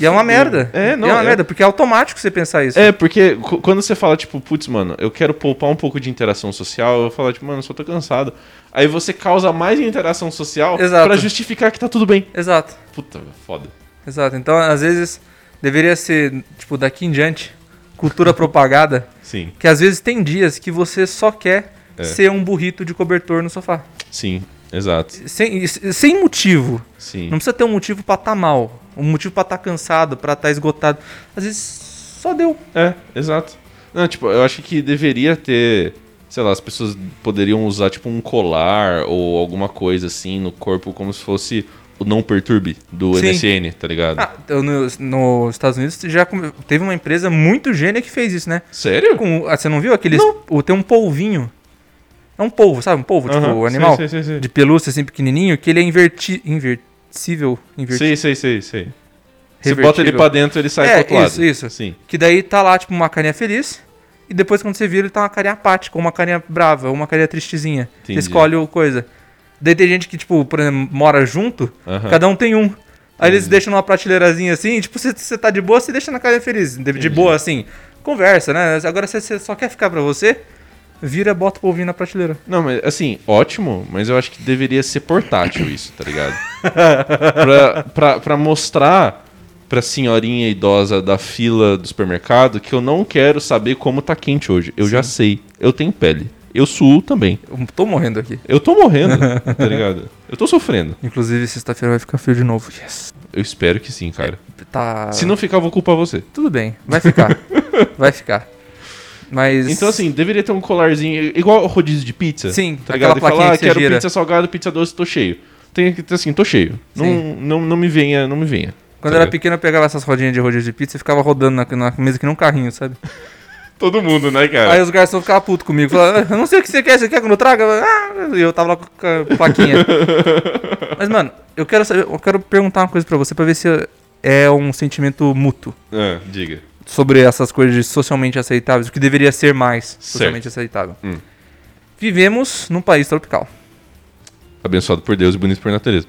S2: E é uma merda.
S3: É, não,
S2: é uma
S3: é.
S2: merda, porque é automático você pensar isso.
S3: É, porque qu- quando você fala, tipo, putz, mano, eu quero poupar um pouco de interação social, eu falo, tipo, mano, eu só tô cansado. Aí você causa mais interação social
S2: Exato.
S3: pra justificar que tá tudo bem.
S2: Exato,
S3: Puta, foda.
S2: exato. Então, às vezes, deveria ser, tipo, daqui em diante, cultura propagada,
S3: Sim,
S2: que às vezes tem dias que você só quer
S3: É.
S2: ser um burrito de cobertor no sofá.
S3: sim, exato.
S2: Sem, sem motivo.
S3: Sim.
S2: Não precisa ter um motivo pra estar tá mal, um motivo pra estar tá cansado, pra estar tá esgotado. Às vezes, só deu.
S3: É, exato. Não, tipo, eu acho que deveria ter. Sei lá, as pessoas poderiam usar, tipo, um colar ou alguma coisa assim no corpo, como se fosse o Não Perturbe do
S2: Sim.
S3: NSN, tá ligado?
S2: Ah, eu no- nos Estados Unidos já come- teve uma empresa muito gênia que fez isso, né?
S3: Sério?
S2: Com- ah, você não viu aqueles.
S3: Não.
S2: o- tem um polvinho. É um polvo, sabe? Um polvo, tipo,
S3: Aham,
S2: o animal.
S3: Sei, sei, sei.
S2: De pelúcia, assim, pequenininho, que ele é inverti... invertível.
S3: Sei,
S2: Inverti...
S3: sei, sei, sei. sei. Você bota ele
S2: revertível.
S3: pra dentro, ele sai
S2: É,
S3: pro outro
S2: isso,
S3: lado.
S2: isso.
S3: Sim.
S2: Que daí tá lá, tipo, uma carinha feliz. E depois, quando você vira, ele tá uma carinha apática, ou uma carinha brava, ou uma carinha tristezinha.
S3: Entendi.
S2: Você escolhe o coisa. Daí tem gente que, tipo, por exemplo, mora junto,
S3: Aham.
S2: cada um tem um. Aí eles deixam numa prateleirazinha assim, e, tipo, você, você tá de boa, você deixa na carinha feliz. De, de boa, assim, conversa, né? Agora, se você só quer ficar pra você, vira, bota o polvinho na prateleira.
S3: Não, mas assim, ótimo, mas eu acho que deveria ser portátil isso, tá ligado? pra, pra, pra mostrar pra senhorinha idosa da fila do supermercado que eu não quero saber como tá quente hoje. Eu já sei. Eu tenho pele. Eu suo também.
S2: Eu tô morrendo aqui.
S3: Eu tô morrendo, tá ligado? Eu tô sofrendo.
S2: Inclusive, sexta-feira vai ficar frio de novo. Yes.
S3: Eu espero que sim, cara.
S2: Tá.
S3: Se não ficar, eu vou culpar você.
S2: Tudo bem, vai ficar. vai ficar. Mas.
S3: Então, assim, deveria ter um colarzinho, igual o rodízio de pizza.
S2: Sim,
S3: tá
S2: aquela
S3: ligado? E falar,
S2: plaquinha
S3: ah,
S2: que você
S3: quero
S2: gira."
S3: pizza salgada, pizza doce, tô cheio. Tem que ter assim, tô cheio. Não,
S2: Sim.
S3: não, não me venha, não me venha.
S2: Quando eu
S3: tá
S2: era
S3: ligado?
S2: pequeno, eu pegava essas rodinhas de rodízio de pizza e ficava rodando na, na mesa que nem um carrinho, sabe?
S3: Todo mundo, né, cara?
S2: Aí os garçons ficavam putos comigo. Falavam, "Ah, eu não sei o que você quer, você quer que eu não traga? Ah! E eu tava lá com a plaquinha. Mas, mano, eu quero saber, eu quero perguntar uma coisa pra você pra ver se é um sentimento mútuo
S3: Ah, diga.
S2: sobre essas coisas de socialmente aceitáveis, o que deveria ser mais socialmente aceitável.
S3: Hum.
S2: Vivemos num país tropical.
S3: Abençoado por Deus e bonito por natureza.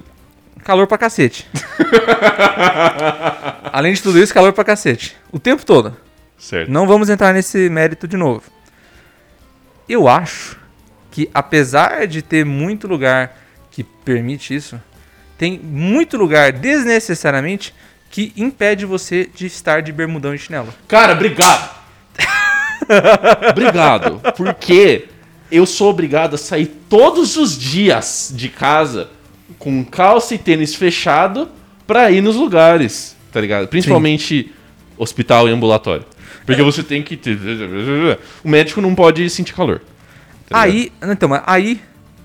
S2: Calor pra cacete. Além de tudo isso, calor pra cacete. O tempo todo.
S3: Certo.
S2: Não vamos entrar nesse mérito de novo. Eu acho que, apesar de ter muito lugar que permite isso, tem muito lugar desnecessariamente que impede você de estar de bermudão e chinelo.
S3: Cara, obrigado! obrigado. Porque eu sou obrigado a sair todos os dias de casa com calça e tênis fechado pra ir nos lugares, tá ligado? Principalmente hospital e ambulatório. Porque você tem que ter. O médico não pode sentir calor. tá ligado? Hum.
S2: aí, não, então, mas aí,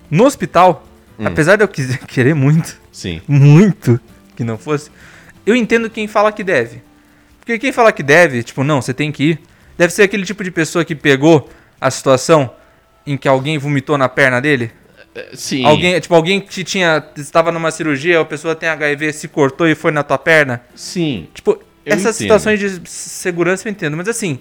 S2: no hospital, apesar de eu quis- querer muito,
S3: Sim.
S2: muito que não fosse, eu entendo quem fala que deve. Porque quem fala que deve, tipo, não, você tem que ir, deve ser aquele tipo de pessoa que pegou a situação em que alguém vomitou na perna dele.
S3: Sim.
S2: Alguém, tipo, alguém que tinha, estava numa cirurgia, a pessoa tem HIV, se cortou e foi na tua perna.
S3: Sim.
S2: Tipo,
S3: Eu
S2: essas
S3: entendo.
S2: situações de segurança eu entendo, mas assim,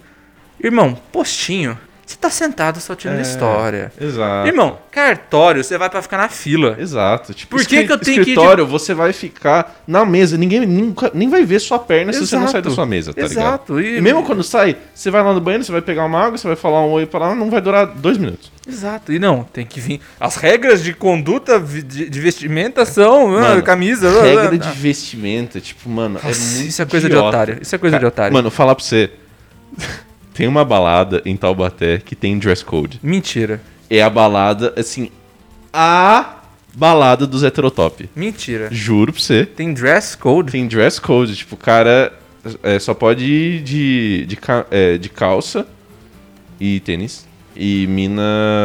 S2: irmão, postinho, você tá sentado só tirando história.
S3: É. Exato.
S2: Irmão, cartório, você vai pra ficar na fila.
S3: Exato. Tipo,
S2: Por que
S3: escri-
S2: que eu tenho que ir de-
S3: escritório, você vai ficar na mesa. Ninguém nunca, nem vai ver sua perna se você não
S2: Exato.
S3: sair da sua mesa, tá ligado?
S2: Exato.
S3: E mesmo quando sai, você vai lá no banheiro, você vai pegar uma água, você vai falar um oi pra lá, não vai durar dois minutos.
S2: Exato, e não, tem que vir. As regras de conduta, vi- de, de vestimenta são ah,
S3: Mano,
S2: camisa. ah,
S3: Regra
S2: ah,
S3: de
S2: ah.
S3: vestimenta, tipo, mano, é
S2: Nossa,
S3: muito
S2: isso é coisa de
S3: idiota.
S2: otário. Isso é coisa de
S3: Cara,
S2: otário.
S3: Mano, falar pra você. Tem uma balada em Taubaté que tem dress code.
S2: Mentira.
S3: É a balada, assim, a balada dos heterotop.
S2: Mentira.
S3: Juro pra você.
S2: Tem dress code?
S3: Tem dress code, tipo, o cara é, só pode ir de, de, ca- é, de calça e tênis. E mina,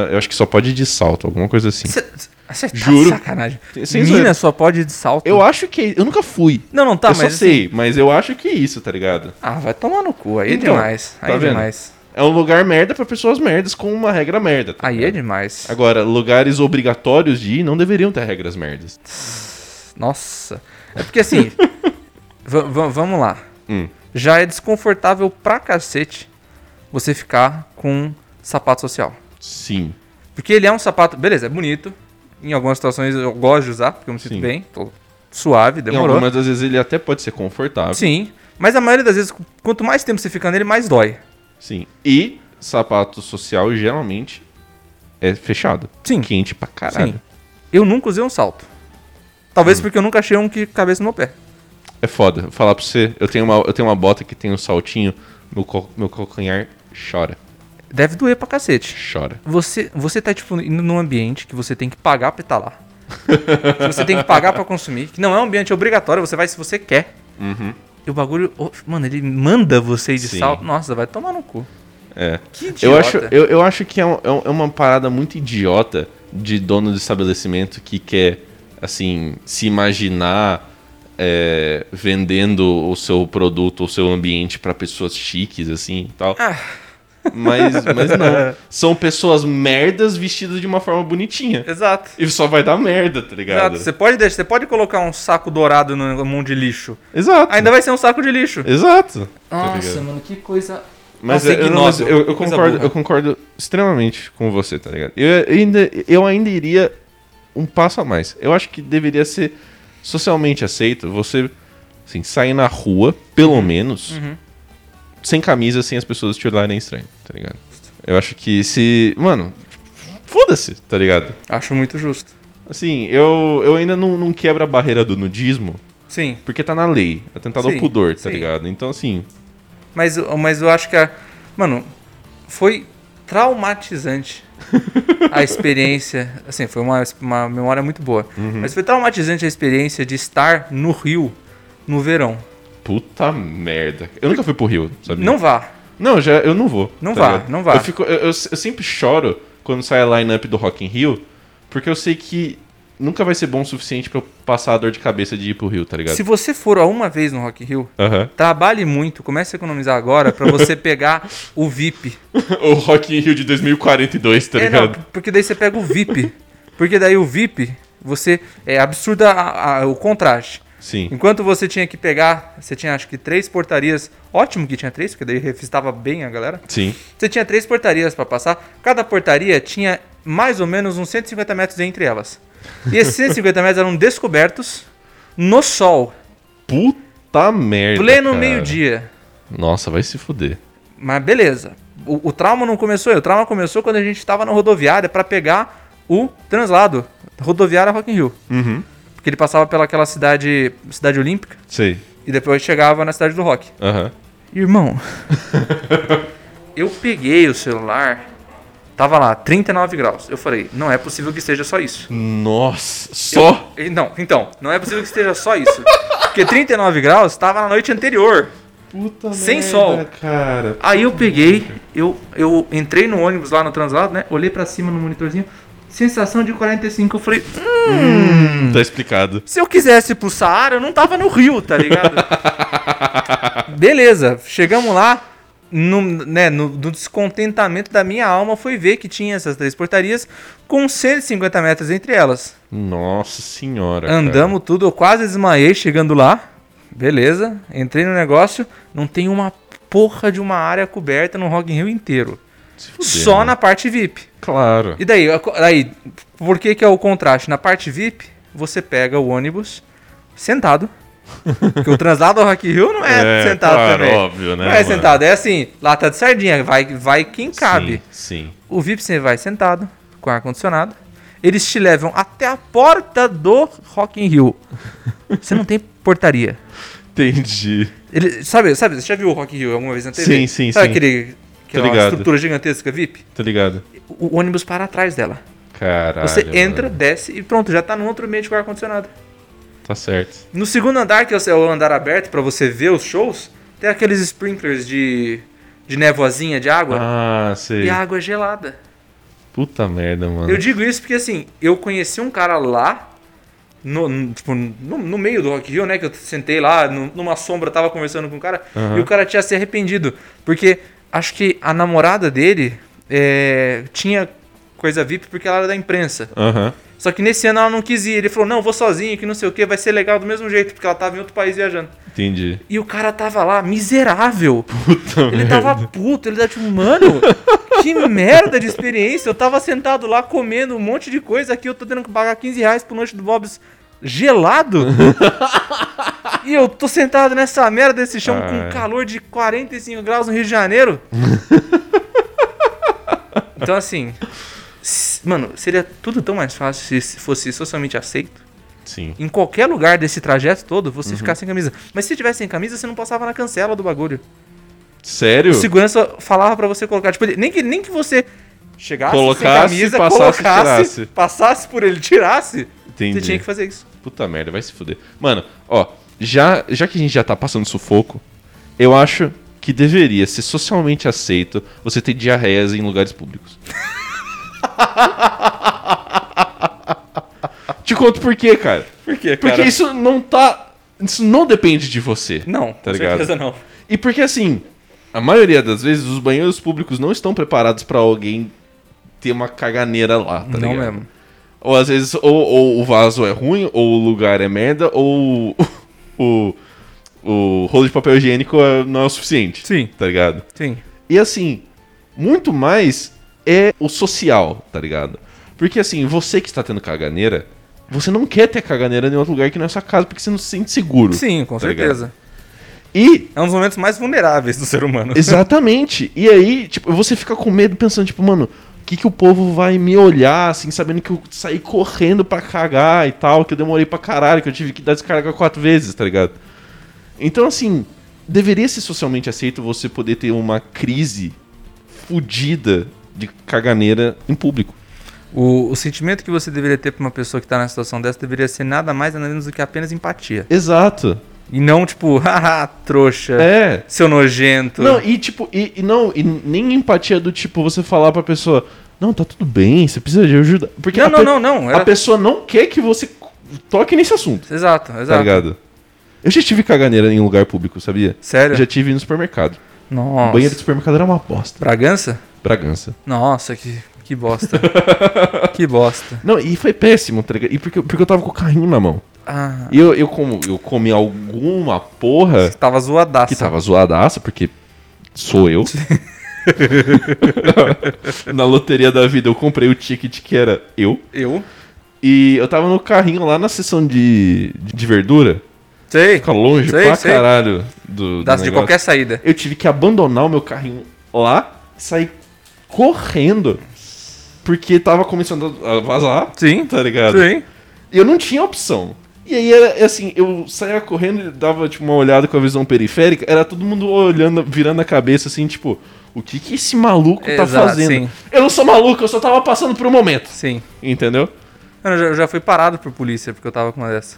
S3: eu acho que só pode ir de salto, alguma coisa assim.
S2: Cê- cê- Você tá
S3: Juro.
S2: de sacanagem.
S3: Tem- sem
S2: Mina
S3: zoeira.
S2: só pode ir de salto.
S3: Eu acho que. Eu nunca fui.
S2: Não, não, tá,
S3: eu
S2: mas.
S3: só
S2: assim-
S3: sei, mas eu acho que é isso, tá ligado?
S2: Ah, vai tomar no cu. Aí
S3: Então,
S2: é demais. Aí
S3: tá
S2: é
S3: vendo?
S2: demais.
S3: É um lugar merda pra pessoas merdas com uma regra merda. tá
S2: Aí é
S3: ligado?
S2: demais.
S3: Agora, lugares obrigatórios de ir não deveriam ter regras merdas.
S2: Nossa. É porque assim. va- va- vamos lá.
S3: Hum.
S2: Já é desconfortável pra cacete você ficar com sapato social.
S3: Sim.
S2: Porque ele é um sapato, beleza, é bonito. Em algumas situações eu gosto de usar, porque eu me sinto
S3: Sim.
S2: bem. Tô suave,
S3: Em
S2: demorou.
S3: algumas das vezes ele até pode ser confortável.
S2: Sim, mas a maioria das vezes, quanto mais tempo você fica nele, mais dói.
S3: Sim. E sapato social geralmente é fechado.
S2: Sim.
S3: Quente pra caralho.
S2: Sim. Eu nunca usei um salto.
S3: Hum.
S2: Talvez porque eu nunca achei um que cabeça no meu pé.
S3: É foda. Vou falar pra você, eu tenho uma, eu tenho uma bota que tem um saltinho, meu, co- meu calcanhar chora.
S2: Deve doer pra cacete.
S3: Chora.
S2: Você, você tá, tipo, indo num ambiente que você tem que pagar pra estar lá. que você tem que pagar pra consumir. Que não é um ambiente obrigatório, você vai se você quer. E o bagulho, ô, mano, ele manda você ir de
S3: Uhum. Sim.
S2: salto. Nossa, vai tomar no cu.
S3: É.
S2: Que idiota.
S3: Eu acho, eu, eu acho que é, um- é um- é uma parada muito idiota de dono de estabelecimento que quer, assim, se imaginar é, vendendo o seu produto, o seu ambiente pra pessoas chiques, assim e tal.
S2: Ah.
S3: Mas, mas não. São pessoas merdas vestidas de uma forma bonitinha.
S2: Exato.
S3: E só vai dar merda, tá ligado?
S2: Exato. Você pode, deixar, você pode colocar um saco dourado num mão de lixo.
S3: Exato.
S2: Ainda vai ser um saco de lixo.
S3: Exato. Tá
S2: Nossa,
S3: ligado?
S2: mano, que coisa.
S3: Mas
S2: Nossa,
S3: eu, eu, não-
S2: ignóbil.
S3: eu- eu
S2: Coisa
S3: concordo,
S2: burra.
S3: eu concordo extremamente com você, tá ligado? Eu ainda, eu ainda iria um passo a mais. Eu acho que deveria ser socialmente aceito você assim, sair na rua,
S2: Uhum.
S3: pelo menos, sem camisa, sem as pessoas te olharem estranho, tá ligado? Eu acho que se. Mano, foda-se, tá ligado?
S2: Acho muito justo.
S3: Assim, eu, eu ainda não, não quebro a barreira do nudismo,
S2: Sim.
S3: porque tá na lei. Atentado
S2: Sim,
S3: ao pudor, tá
S2: sim.
S3: ligado? Então, assim,
S2: Mas, mas eu acho que a. Mano, foi traumatizante a experiência. Assim, foi uma, uma memória muito boa. Mas foi traumatizante a experiência de estar no Rio no verão.
S3: Puta merda. Eu nunca fui pro Rio, sabe?
S2: Não vá.
S3: Não, já, eu não vou. tá
S2: Não vá,
S3: ligado?
S2: não vá.
S3: Eu, fico, eu, eu- eu sempre choro quando sai a line-up do Rock in Rio, porque eu sei que nunca vai ser bom o suficiente pra eu passar a dor de cabeça de ir pro Rio, tá ligado?
S2: Se você for a uma vez no Rock in Rio,
S3: Aham.
S2: trabalhe muito, comece a economizar agora pra você pegar o VIP.
S3: o Rock in Rio de 2042, tá
S2: É, não,
S3: ligado?
S2: porque daí você pega o VIP. Porque daí o VIP, você. É absurda a- a- o contraste.
S3: Sim.
S2: Enquanto você tinha que pegar, você tinha acho que três portarias. Ótimo que tinha três, porque daí refistava bem a galera.
S3: Sim.
S2: Você tinha três portarias pra passar. Cada portaria tinha mais ou menos uns 150 metros entre elas. E esses 150 metros eram descobertos no sol,
S3: Puta merda.
S2: pleno
S3: cara.
S2: meio-dia.
S3: Nossa, vai se fuder.
S2: Mas beleza. O, o trauma não começou aí. O trauma começou quando a gente tava na rodoviária pra pegar o translado. Rodoviária Rock in Rio.
S3: Uhum.
S2: Porque ele passava pelaquela cidade, cidade olímpica
S3: Sei.
S2: e depois chegava na cidade do rock.
S3: Aham.
S2: Irmão, eu peguei o celular, tava lá, 39 graus. Eu falei, não é possível que esteja só isso.
S3: Nossa, só.
S2: E Não, então, não é possível que esteja só isso. Porque 39 graus tava na noite anterior.
S3: Puta
S2: Sem sol.
S3: Cara.
S2: Aí eu peguei, eu, eu entrei no ônibus lá no translado, né? Olhei pra cima no monitorzinho, sensação de 45. Eu falei, "Hum,
S3: Tá explicado.
S2: Se eu quisesse ir pro Saara, eu não tava no Rio, tá ligado? Beleza, chegamos lá. No, né, no, do descontentamento da minha alma foi ver que tinha essas três portarias com 150 metros entre elas.
S3: Nossa senhora. cara.
S2: Andamos tudo, eu quase desmaiei chegando lá. Beleza, entrei no negócio. Não tem uma porra de uma área coberta no Rock in Rio inteiro.
S3: Se fuder,
S2: Só
S3: né?
S2: na parte VIP.
S3: Claro.
S2: E daí, a co- aí, por que que é o contraste? Na parte VIP, você pega o ônibus sentado. Porque o translado ao Rock in Rio não é, sentado
S3: claro,
S2: também.
S3: óbvio, né?
S2: não é
S3: mano?
S2: sentado, é assim, lata de sardinha, vai, vai quem cabe.
S3: Sim, sim.
S2: O VIP você vai sentado, com ar-condicionado. Eles te levam até a porta do Rock in Rio. Você não tem portaria.
S3: Entendi.
S2: Ele, sabe, sabe, você já viu o Rock in Rio alguma vez na TV?
S3: Sim, sim,
S2: sabe
S3: sim.
S2: aquele, aquela
S3: ligado.
S2: estrutura gigantesca VIP?
S3: Tá ligado?
S2: O o ônibus para atrás dela.
S3: Caralho.
S2: Você entra,
S3: mano.
S2: desce e pronto, já tá num outro ambiente com ar-condicionado.
S3: Tá certo.
S2: No segundo andar, que é o andar aberto pra você ver os shows, tem aqueles sprinklers de, de névoazinha de água
S3: Ah, sei.
S2: e a água é gelada.
S3: Puta merda, mano.
S2: Eu digo isso porque assim, eu conheci um cara lá, no, no- tipo, no, no meio do Rock Hill, né? Que eu sentei lá, nu- numa sombra, tava conversando com o cara,
S3: Aham.
S2: e o cara tinha se arrependido. Porque acho que a namorada dele é, tinha coisa VIP porque ela era da imprensa.
S3: Aham.
S2: Só que nesse ano ela não quis ir. Ele falou, não, vou sozinho, que não sei o que, vai ser legal do mesmo jeito, porque ela tava em outro país viajando.
S3: Entendi.
S2: E o cara tava lá, miserável.
S3: Puta
S2: Ele
S3: merda.
S2: tava puto, ele tava tipo, mano, que merda de experiência. Eu tava sentado lá comendo um monte de coisa aqui, eu tô tendo que pagar 15 reais pro lanche do Bob's gelado. e eu tô sentado nessa merda desse chão
S3: Ah.
S2: com calor de 45 graus no Rio de Janeiro. então, assim. s- Mano, seria tudo tão mais fácil se fosse socialmente aceito.
S3: Sim.
S2: Em qualquer lugar desse trajeto todo, você
S3: Uhum.
S2: ficar sem camisa. Mas se tivesse sem camisa, você não passava na cancela do bagulho.
S3: Uhum. Sério?
S2: O segurança falava pra você colocar. Tipo, ele- nem que, nem que você chegasse
S3: Colocasse,
S2: sem camisa,
S3: passasse e
S2: colocasse,
S3: tirasse.
S2: passasse por ele, tirasse.
S3: Entendi.
S2: Você tinha que fazer isso.
S3: Puta merda, vai se fuder. Mano, ó, já, já que a gente já tá passando sufoco, eu acho que deveria ser socialmente aceito você ter diarreias em lugares públicos. Te conto por quê, cara.
S2: Por quê,
S3: Porque isso não tá. Isso não depende de você.
S2: Não, com
S3: tá ligado?
S2: certeza não.
S3: E porque assim, a maioria das vezes os banheiros públicos não estão preparados pra alguém ter uma caganeira lá, tá
S2: não
S3: ligado?
S2: mesmo.
S3: Ou às vezes, ou, ou o vaso é ruim, ou o lugar é merda, ou o, o rolo de papel higiênico é- não é o suficiente.
S2: Sim.
S3: Tá ligado?
S2: Sim.
S3: E assim, muito mais é o social, tá ligado? Porque assim, você que está tendo caganeira, você não quer ter caganeira em outro lugar que não é a sua casa, porque você não se sente seguro.
S2: Sim, com
S3: Tá ligado?
S2: certeza.
S3: E
S2: É um dos momentos mais vulneráveis do ser humano.
S3: Exatamente. E aí, tipo, você fica com medo pensando, tipo, mano, o que, que o povo vai me olhar, assim, sabendo que eu saí correndo pra cagar e tal, que eu demorei pra caralho, que eu tive que dar descarga quatro vezes, tá ligado? Então, assim, deveria ser socialmente aceito você poder ter uma crise fodida de caganeira em público.
S2: O, o sentimento que você deveria ter pra uma pessoa que tá na situação dessa deveria ser nada mais nada menos do que apenas empatia.
S3: Exato.
S2: E não tipo, haha, trouxa,
S3: É.
S2: seu nojento.
S3: Não, e tipo, e, e não, e nem empatia do tipo você falar pra pessoa, não, tá tudo bem, você precisa de ajuda. Porque
S2: não,
S3: a
S2: não,
S3: pe-
S2: não, não.
S3: A
S2: Era...
S3: pessoa não quer que você toque nesse assunto,
S2: Exato, exato.
S3: tá ligado? Eu já tive caganeira em lugar público, sabia?
S2: Sério?
S3: Eu já tive no supermercado.
S2: Nossa.
S3: O banheiro do supermercado era uma bosta.
S2: Bragança?
S3: Bragança.
S2: Nossa, que, que bosta. que bosta.
S3: Não, e foi péssimo, tá ligado? E porque, porque eu tava com o carrinho na mão.
S2: Ah,
S3: E eu, eu, como, eu comi alguma porra
S2: tava zoadaço.
S3: que tava zoadaça, porque sou eu. na loteria da vida eu comprei o ticket que era eu.
S2: Eu?
S3: E eu tava no carrinho lá na seção de, de verdura.
S2: Sei.
S3: Fica longe
S2: Sei,
S3: pra
S2: sei.
S3: caralho do, do
S2: Das de
S3: um negócio.
S2: qualquer saída.
S3: Eu tive que abandonar o meu carrinho lá, sair correndo, porque tava começando a vazar,
S2: Sim,
S3: tá ligado?
S2: sim.
S3: E eu não tinha opção. E aí era assim, eu saía correndo e dava tipo uma olhada com a visão periférica, era todo mundo olhando, virando a cabeça assim, tipo, o que que esse maluco tá
S2: Exato,
S3: fazendo?
S2: sim.
S3: Eu não sou maluco, eu só tava passando por um momento,
S2: Sim.
S3: entendeu?
S2: Mano, eu já, eu já fui parado por polícia porque eu tava com uma dessa.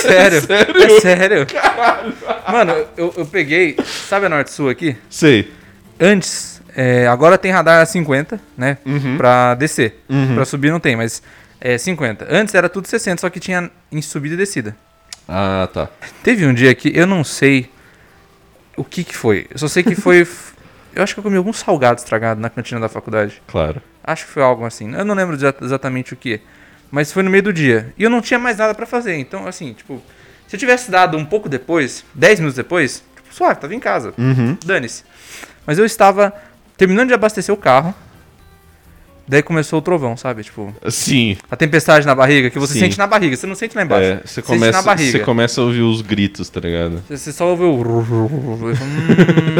S2: sério?
S3: Sério?
S2: É sério? Mano, eu, eu peguei. Sabe a Norte Sul aqui?
S3: Sei.
S2: Antes, é, agora tem radar a 50, né? Pra descer. Pra subir não tem, mas é 50. Antes era tudo 60, só que tinha em subida e descida.
S3: Ah, tá.
S2: Teve um dia que eu não sei o que que foi. Eu só sei que foi. eu acho que eu comi algum salgado estragado na cantina da faculdade.
S3: Claro.
S2: Acho que foi algo assim. Eu não lembro exa- exatamente o que. Mas foi no meio do dia. E eu não tinha mais nada pra fazer. Então, assim, tipo, se eu tivesse dado um pouco depois, 10 minutos depois, tipo, suave, tava em casa.
S3: Uhum.
S2: Dane-se. Mas eu estava terminando de abastecer o carro. Daí começou o trovão, sabe? Tipo,
S3: Sim.
S2: a tempestade na barriga, que você
S3: Sim.
S2: sente na barriga, você não sente lá embaixo.
S3: É, você
S2: sente na
S3: começa,
S2: barriga.
S3: você começa a ouvir os gritos, tá ligado?
S2: Você só ouve o. hum.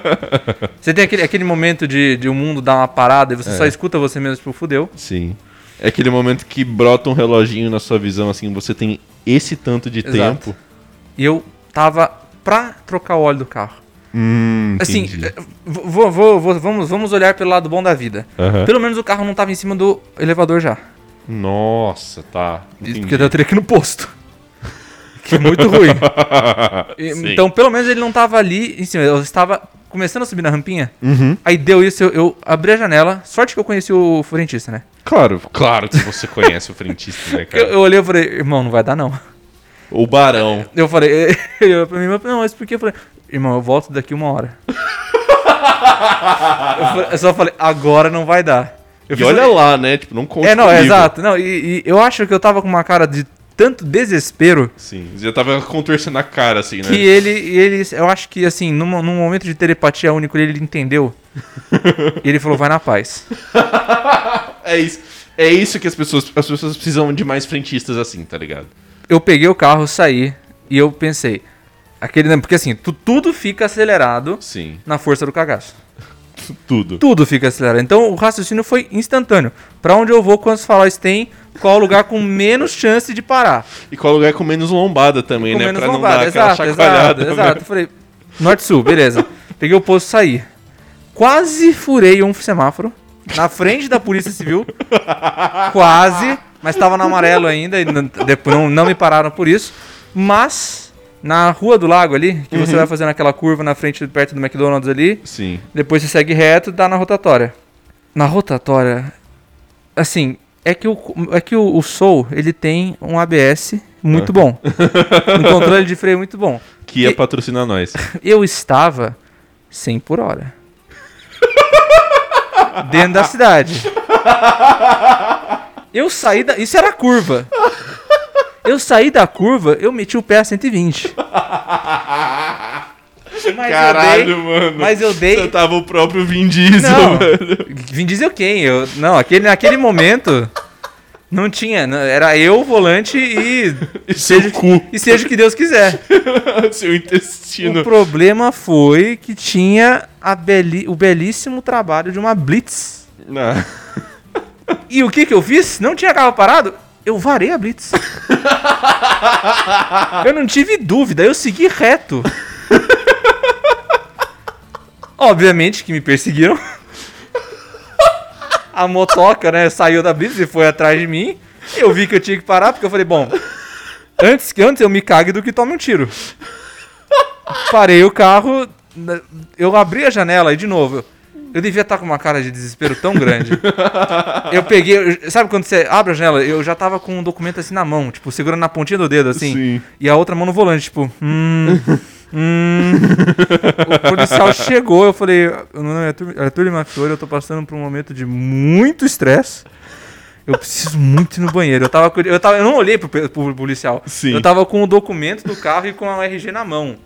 S2: Você tem aquele, aquele momento de, de o mundo dar uma parada e
S3: É.
S2: você só escuta você mesmo, tipo, fudeu.
S3: Sim. É aquele momento que brota um reloginho na sua visão, assim, você tem esse tanto de
S2: Exato.
S3: tempo.
S2: E eu tava pra trocar o óleo do carro.
S3: Hum,
S2: Assim,
S3: entendi.
S2: eh, vou, vou- vou- vamos, vamos olhar pelo lado bom da vida.
S3: Aham.
S2: Pelo menos o carro não tava em cima do elevador já.
S3: Nossa, tá.
S2: Isso
S3: Entendi.
S2: Porque eu teria que ir no posto. Que é muito ruim. E,
S3: Sim.
S2: então, pelo menos ele não tava ali em cima. Eu estava começando a subir na rampinha.
S3: Uhum.
S2: Aí deu isso, eu, eu abri a janela. Sorte que eu conheci o frentista, né?
S3: Claro, claro que você conhece o frentista, né,
S2: Eu,
S3: cara?
S2: eu olhei e falei, irmão, não vai dar não.
S3: O barão.
S2: Eu falei, ele olhou pra mim, não, mas por que? Eu falei, irmão, eu volto daqui uma hora. eu, fa- eu só falei, agora não vai dar. Eu
S3: e
S2: fiz-
S3: olha lá, né? Tipo, não conta
S2: É, não,
S3: comigo.
S2: exato. Não, e, e eu acho que eu tava com uma cara de tanto desespero
S3: Sim, você assim. já tava contorcendo a cara, assim, né?
S2: que ele, ele, eu acho que assim, num, num momento de telepatia único, ele entendeu. e ele falou, vai na paz.
S3: É isso. É isso que as pessoas. As pessoas precisam de mais frentistas assim, tá ligado?
S2: eu peguei o carro, saí e eu pensei. Aquele, né, porque assim, tu- tudo fica acelerado
S3: Sim.
S2: na força do cagaço.
S3: Tudo.
S2: Tudo fica acelerado. Então o raciocínio foi instantâneo. Pra onde eu vou, quantos faróis tem, qual o lugar com menos chance de parar.
S3: E qual lugar com menos lombada também,
S2: com
S3: né?
S2: menos
S3: pra não
S2: lombada.
S3: dar aquela
S2: Exato,
S3: chacoalhada. né?
S2: exato, exato. Eu Falei, norte-sul, beleza. Peguei o posto, saí. Quase furei um semáforo na frente da Polícia Civil. Quase, mas tava no amarelo ainda e não, depo- não, não me pararam por isso. Mas na Rua do Lago ali, que
S3: Uhum.
S2: você vai fazendo aquela curva na frente perto do McDonald's ali,
S3: Sim.
S2: depois você segue reto, dá na rotatória. Na rotatória, assim, é que o, é que o, o Soul, ele tem um ABS muito bom. um controle de freio muito bom.
S3: Que ia
S2: E-
S3: patrocinar nós.
S2: Eu estava 100 por hora. Dentro da cidade. Eu saí da... Isso era curva. Eu saí da curva, eu meti o pé a 120. Mas eu dei...
S3: mano.
S2: Mas eu dei...
S3: Você tava o próprio Vin Diesel,
S2: Não.
S3: velho.
S2: Vin Diesel quem? Eu, não, aquele, naquele momento não tinha. não- era eu, o volante e,
S3: E seu cu,
S2: e seja o que Deus quiser.
S3: seu
S2: O
S3: intestino.
S2: problema foi que tinha a beli- o belíssimo trabalho de uma blitz.
S3: Ah,
S2: E o que que eu fiz? Não tinha carro parado? Eu varei a blitz. eu não tive dúvida, eu segui reto. Obviamente que me perseguiram. A motoca, né, saiu da blitz e foi atrás de mim. Eu vi que eu tinha que parar, porque eu falei, bom, antes que antes eu me cague do que tome um tiro. Parei o carro, na- eu abri a janela e de novo. eu- Eu devia estar com uma cara de desespero tão grande. Eu peguei, eu- sabe quando você abre a janela? Eu já tava com um documento assim na mão, tipo, segurando na pontinha do dedo, assim.
S3: Sim.
S2: E a outra mão no volante, tipo, hum. hum. O policial chegou, eu falei, meu nome é Arthur, Arthur Lima Fiore, eu tô passando por um momento de muito estresse. Eu preciso muito ir no banheiro. Eu tava, com- eu tava, eu não olhei pro, pe- pro policial.
S3: Sim.
S2: Eu tava com o documento do carro e com a RG na mão.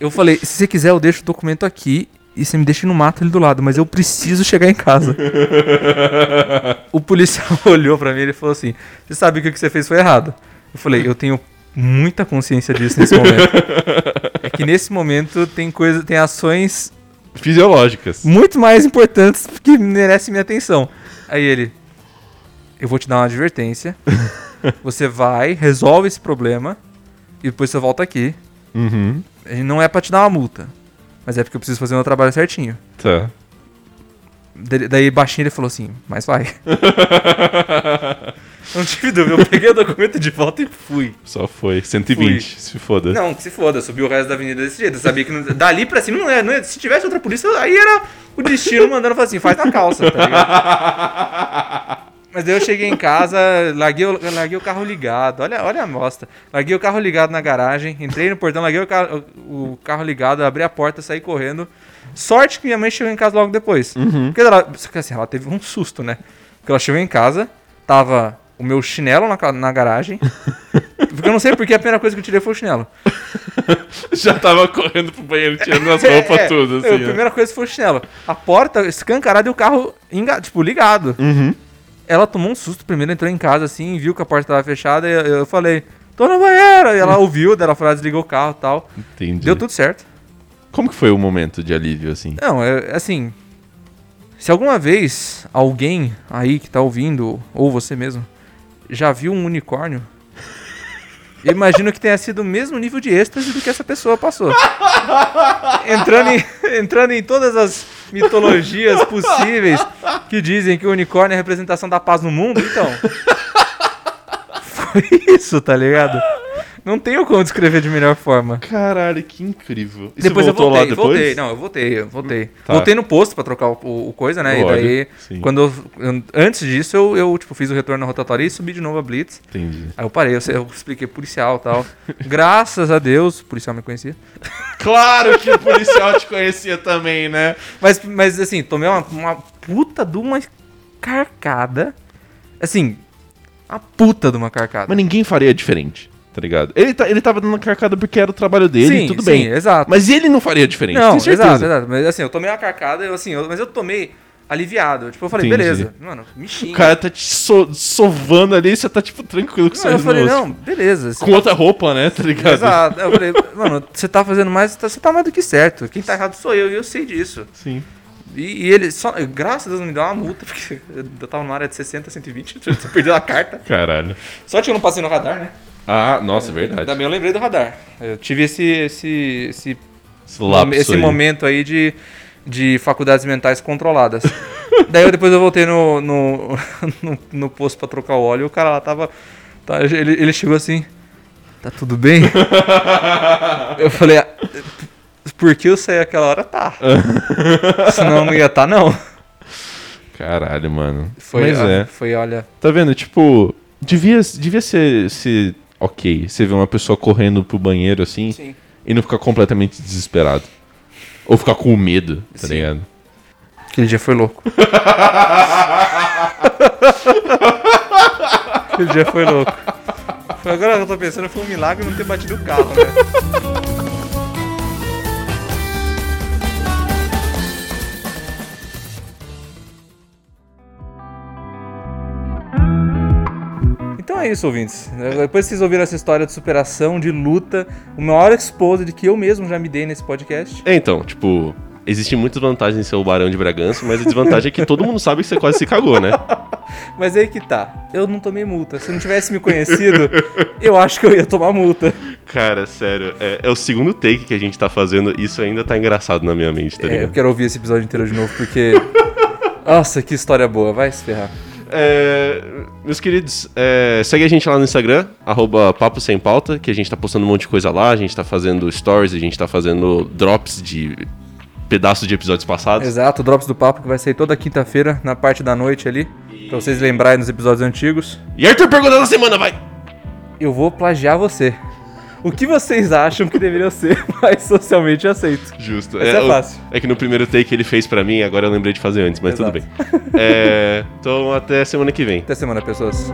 S2: Eu falei, se você quiser, eu deixo o documento aqui e você me deixa no mato ali do lado, mas eu preciso chegar em casa. o policial olhou pra mim e ele falou assim: Você sabe que o que você fez foi errado. Eu falei, eu tenho muita consciência disso nesse momento. é que nesse momento tem coisa, tem ações
S3: Fisiológicas.
S2: muito mais importantes que merecem minha atenção. Aí ele, eu vou te dar uma advertência. Você vai, resolve esse problema e depois você volta aqui.
S3: Uhum.
S2: E não é pra te dar uma multa, mas é porque eu preciso fazer meu trabalho certinho.
S3: Tá.
S2: Da- Daí baixinho ele falou assim, mas vai. não tive dúvida, eu peguei o documento de volta e fui.
S3: Só foi. 120, se foda.
S2: Não, que se foda, subiu o resto da avenida desse jeito. Eu sabia que não- dali pra cima não é, não é- Se tivesse outra polícia, aí era o destino mandando falar assim, faz na calça, tá ligado? Mas daí eu cheguei em casa, larguei o, eu larguei o carro ligado, olha, olha a amostra. Larguei o carro ligado na garagem, entrei no portão, larguei o, ca- o- o carro ligado, abri a porta, saí correndo. Sorte que minha mãe chegou em casa logo depois. Porque ela, só que assim, ela teve um susto, né? Porque ela chegou em casa, tava o meu chinelo na, ca- na garagem. Porque eu não sei porque a primeira coisa que eu tirei foi o chinelo.
S3: Já tava correndo pro banheiro, tirando as
S2: É,
S3: roupas
S2: é.
S3: tudo,
S2: A
S3: assim. ó.
S2: primeira coisa foi o chinelo. A porta escancarada e o carro, enga- tipo, ligado.
S3: Uhum.
S2: Ela tomou um susto primeiro, entrou em casa, assim, viu que a porta tava fechada e eu- eu falei, tô no banheiro. E ela ouviu, daí ela falou, "Ah, desligou o carro e tal.
S3: Uhum. Entendi.
S2: Deu tudo certo. Como
S3: Como que foi o momento de alívio, assim?
S2: Não, é assim... Se alguma vez alguém aí que tá ouvindo, ou você mesmo, já viu um unicórnio... eu Imagino que tenha sido o mesmo nível de êxtase do que essa pessoa passou. entrando em, entrando em todas as mitologias possíveis que dizem que o unicórnio é a representação da paz no mundo, então. Foi isso, tá ligado? Não tenho como descrever de melhor forma.
S3: Caralho, que incrível. E
S2: depois
S3: você voltou
S2: eu voltei,
S3: lá depois?
S2: voltei. Não, eu voltei, eu voltei.
S3: Tá.
S2: Voltei no posto pra trocar o, o- o coisa, né?
S3: O
S2: e daí,
S3: óleo, sim.
S2: quando eu, eu- antes disso, eu, eu, tipo, fiz o retorno na rotatória e subi de novo a Blitz.
S3: Entendi.
S2: Aí eu parei, eu, eu expliquei policial e tal. Graças a Deus, o policial me conhecia.
S3: Claro que o policial te conhecia também, né?
S2: Mas, mas assim, tomei uma, uma puta de uma carcada. Assim, a puta de uma carcada.
S3: Mas ninguém faria diferente, tá ligado? Ele, tá, ele tava dando carcada porque era o trabalho dele, tudo bem.
S2: exato.
S3: Mas ele não faria diferente,
S2: é. não,
S3: tenho certeza.
S2: exato, exato. Mas assim, eu tomei uma carcada, eu, assim, eu- mas eu tomei aliviado. Tipo, eu falei,
S3: Entendi.
S2: beleza. Mano, me xinga.
S3: O cara tá te so- sovando ali e você tá, tipo, tranquilo
S2: Não,
S3: com isso
S2: eu
S3: aí
S2: falei, não, beleza. você
S3: Com outra roupa, né? Tá ligado?
S2: Exato. Eu falei, mano, você tá fazendo mais, tá- você tá mais do que certo. Quem tá errado sou eu e eu sei disso.
S3: Sim.
S2: E, e ele, só, graças a Deus, não me deu uma multa, porque eu tava numa área de 60, 120, eu perdi a carta.
S3: Caralho.
S2: Sorte que eu não passei no radar, né?
S3: Ah, nossa, é
S2: Ainda
S3: verdade.
S2: bem eu lembrei do radar. Eu tive esse, esse, esse,
S3: Esse lapso
S2: esse
S3: aí.
S2: momento aí de, de faculdades mentais controladas. Daí eu, depois eu voltei no, no, no, no posto pra trocar o óleo e o cara lá tava. tá, ele, ele chegou assim. Tá tudo bem? eu falei, "Ah, por que eu saí aquela hora? Tá. Senão não ia estar, tá, não.
S3: Caralho, mano.
S2: Foi,
S3: Mas
S2: ah,
S3: é.
S2: foi, olha.
S3: Tá vendo? Tipo, devia, devia ser, ser ok você ver uma pessoa correndo pro banheiro assim
S2: Sim.
S3: e não ficar completamente desesperado. Ou ficar com medo, tá
S2: Sim.
S3: ligado?
S2: Aquele dia foi louco. Aquele dia foi louco. Foi agora que eu tô pensando, foi um milagre não ter batido o carro, né? Então é isso, ouvintes. Depois que vocês ouviram essa história de superação, de luta, o maior exposed que eu mesmo já me dei nesse podcast.
S1: É, então, tipo, existe muitas vantagens em ser o Barão de Bragança, mas a desvantagem é que todo mundo sabe que você quase se cagou, né?
S2: Mas aí que tá. Eu não tomei multa. Se eu não tivesse me conhecido, eu acho que eu ia tomar multa.
S1: Cara, sério, é, é o segundo take que a gente tá fazendo, isso ainda tá engraçado na minha mente, tá
S2: É, eu
S1: ligado?
S2: quero ouvir esse episódio inteiro de novo, porque. Nossa, que história boa, vai se ferrar.
S1: É, meus queridos, é, segue a gente lá no Instagram, arroba Papo Sem Pauta, que a gente tá postando um monte de coisa lá, a gente tá fazendo stories, a gente tá fazendo drops de pedaços de episódios passados.
S2: Exato, o Drops do Papo que vai sair toda quinta-feira, na parte da noite ali. Pra vocês lembrarem dos episódios antigos.
S1: E Arthur pergunta da semana, vai!
S2: Eu vou plagiar você. O que vocês acham que deveria ser mais socialmente aceito?
S1: Justo.
S2: Essa é
S1: o-
S2: fácil.
S1: É que no primeiro take ele fez pra mim, agora eu lembrei de fazer antes, mas
S2: Exato.
S1: tudo bem. É, então até semana que vem.
S2: Até semana, pessoas.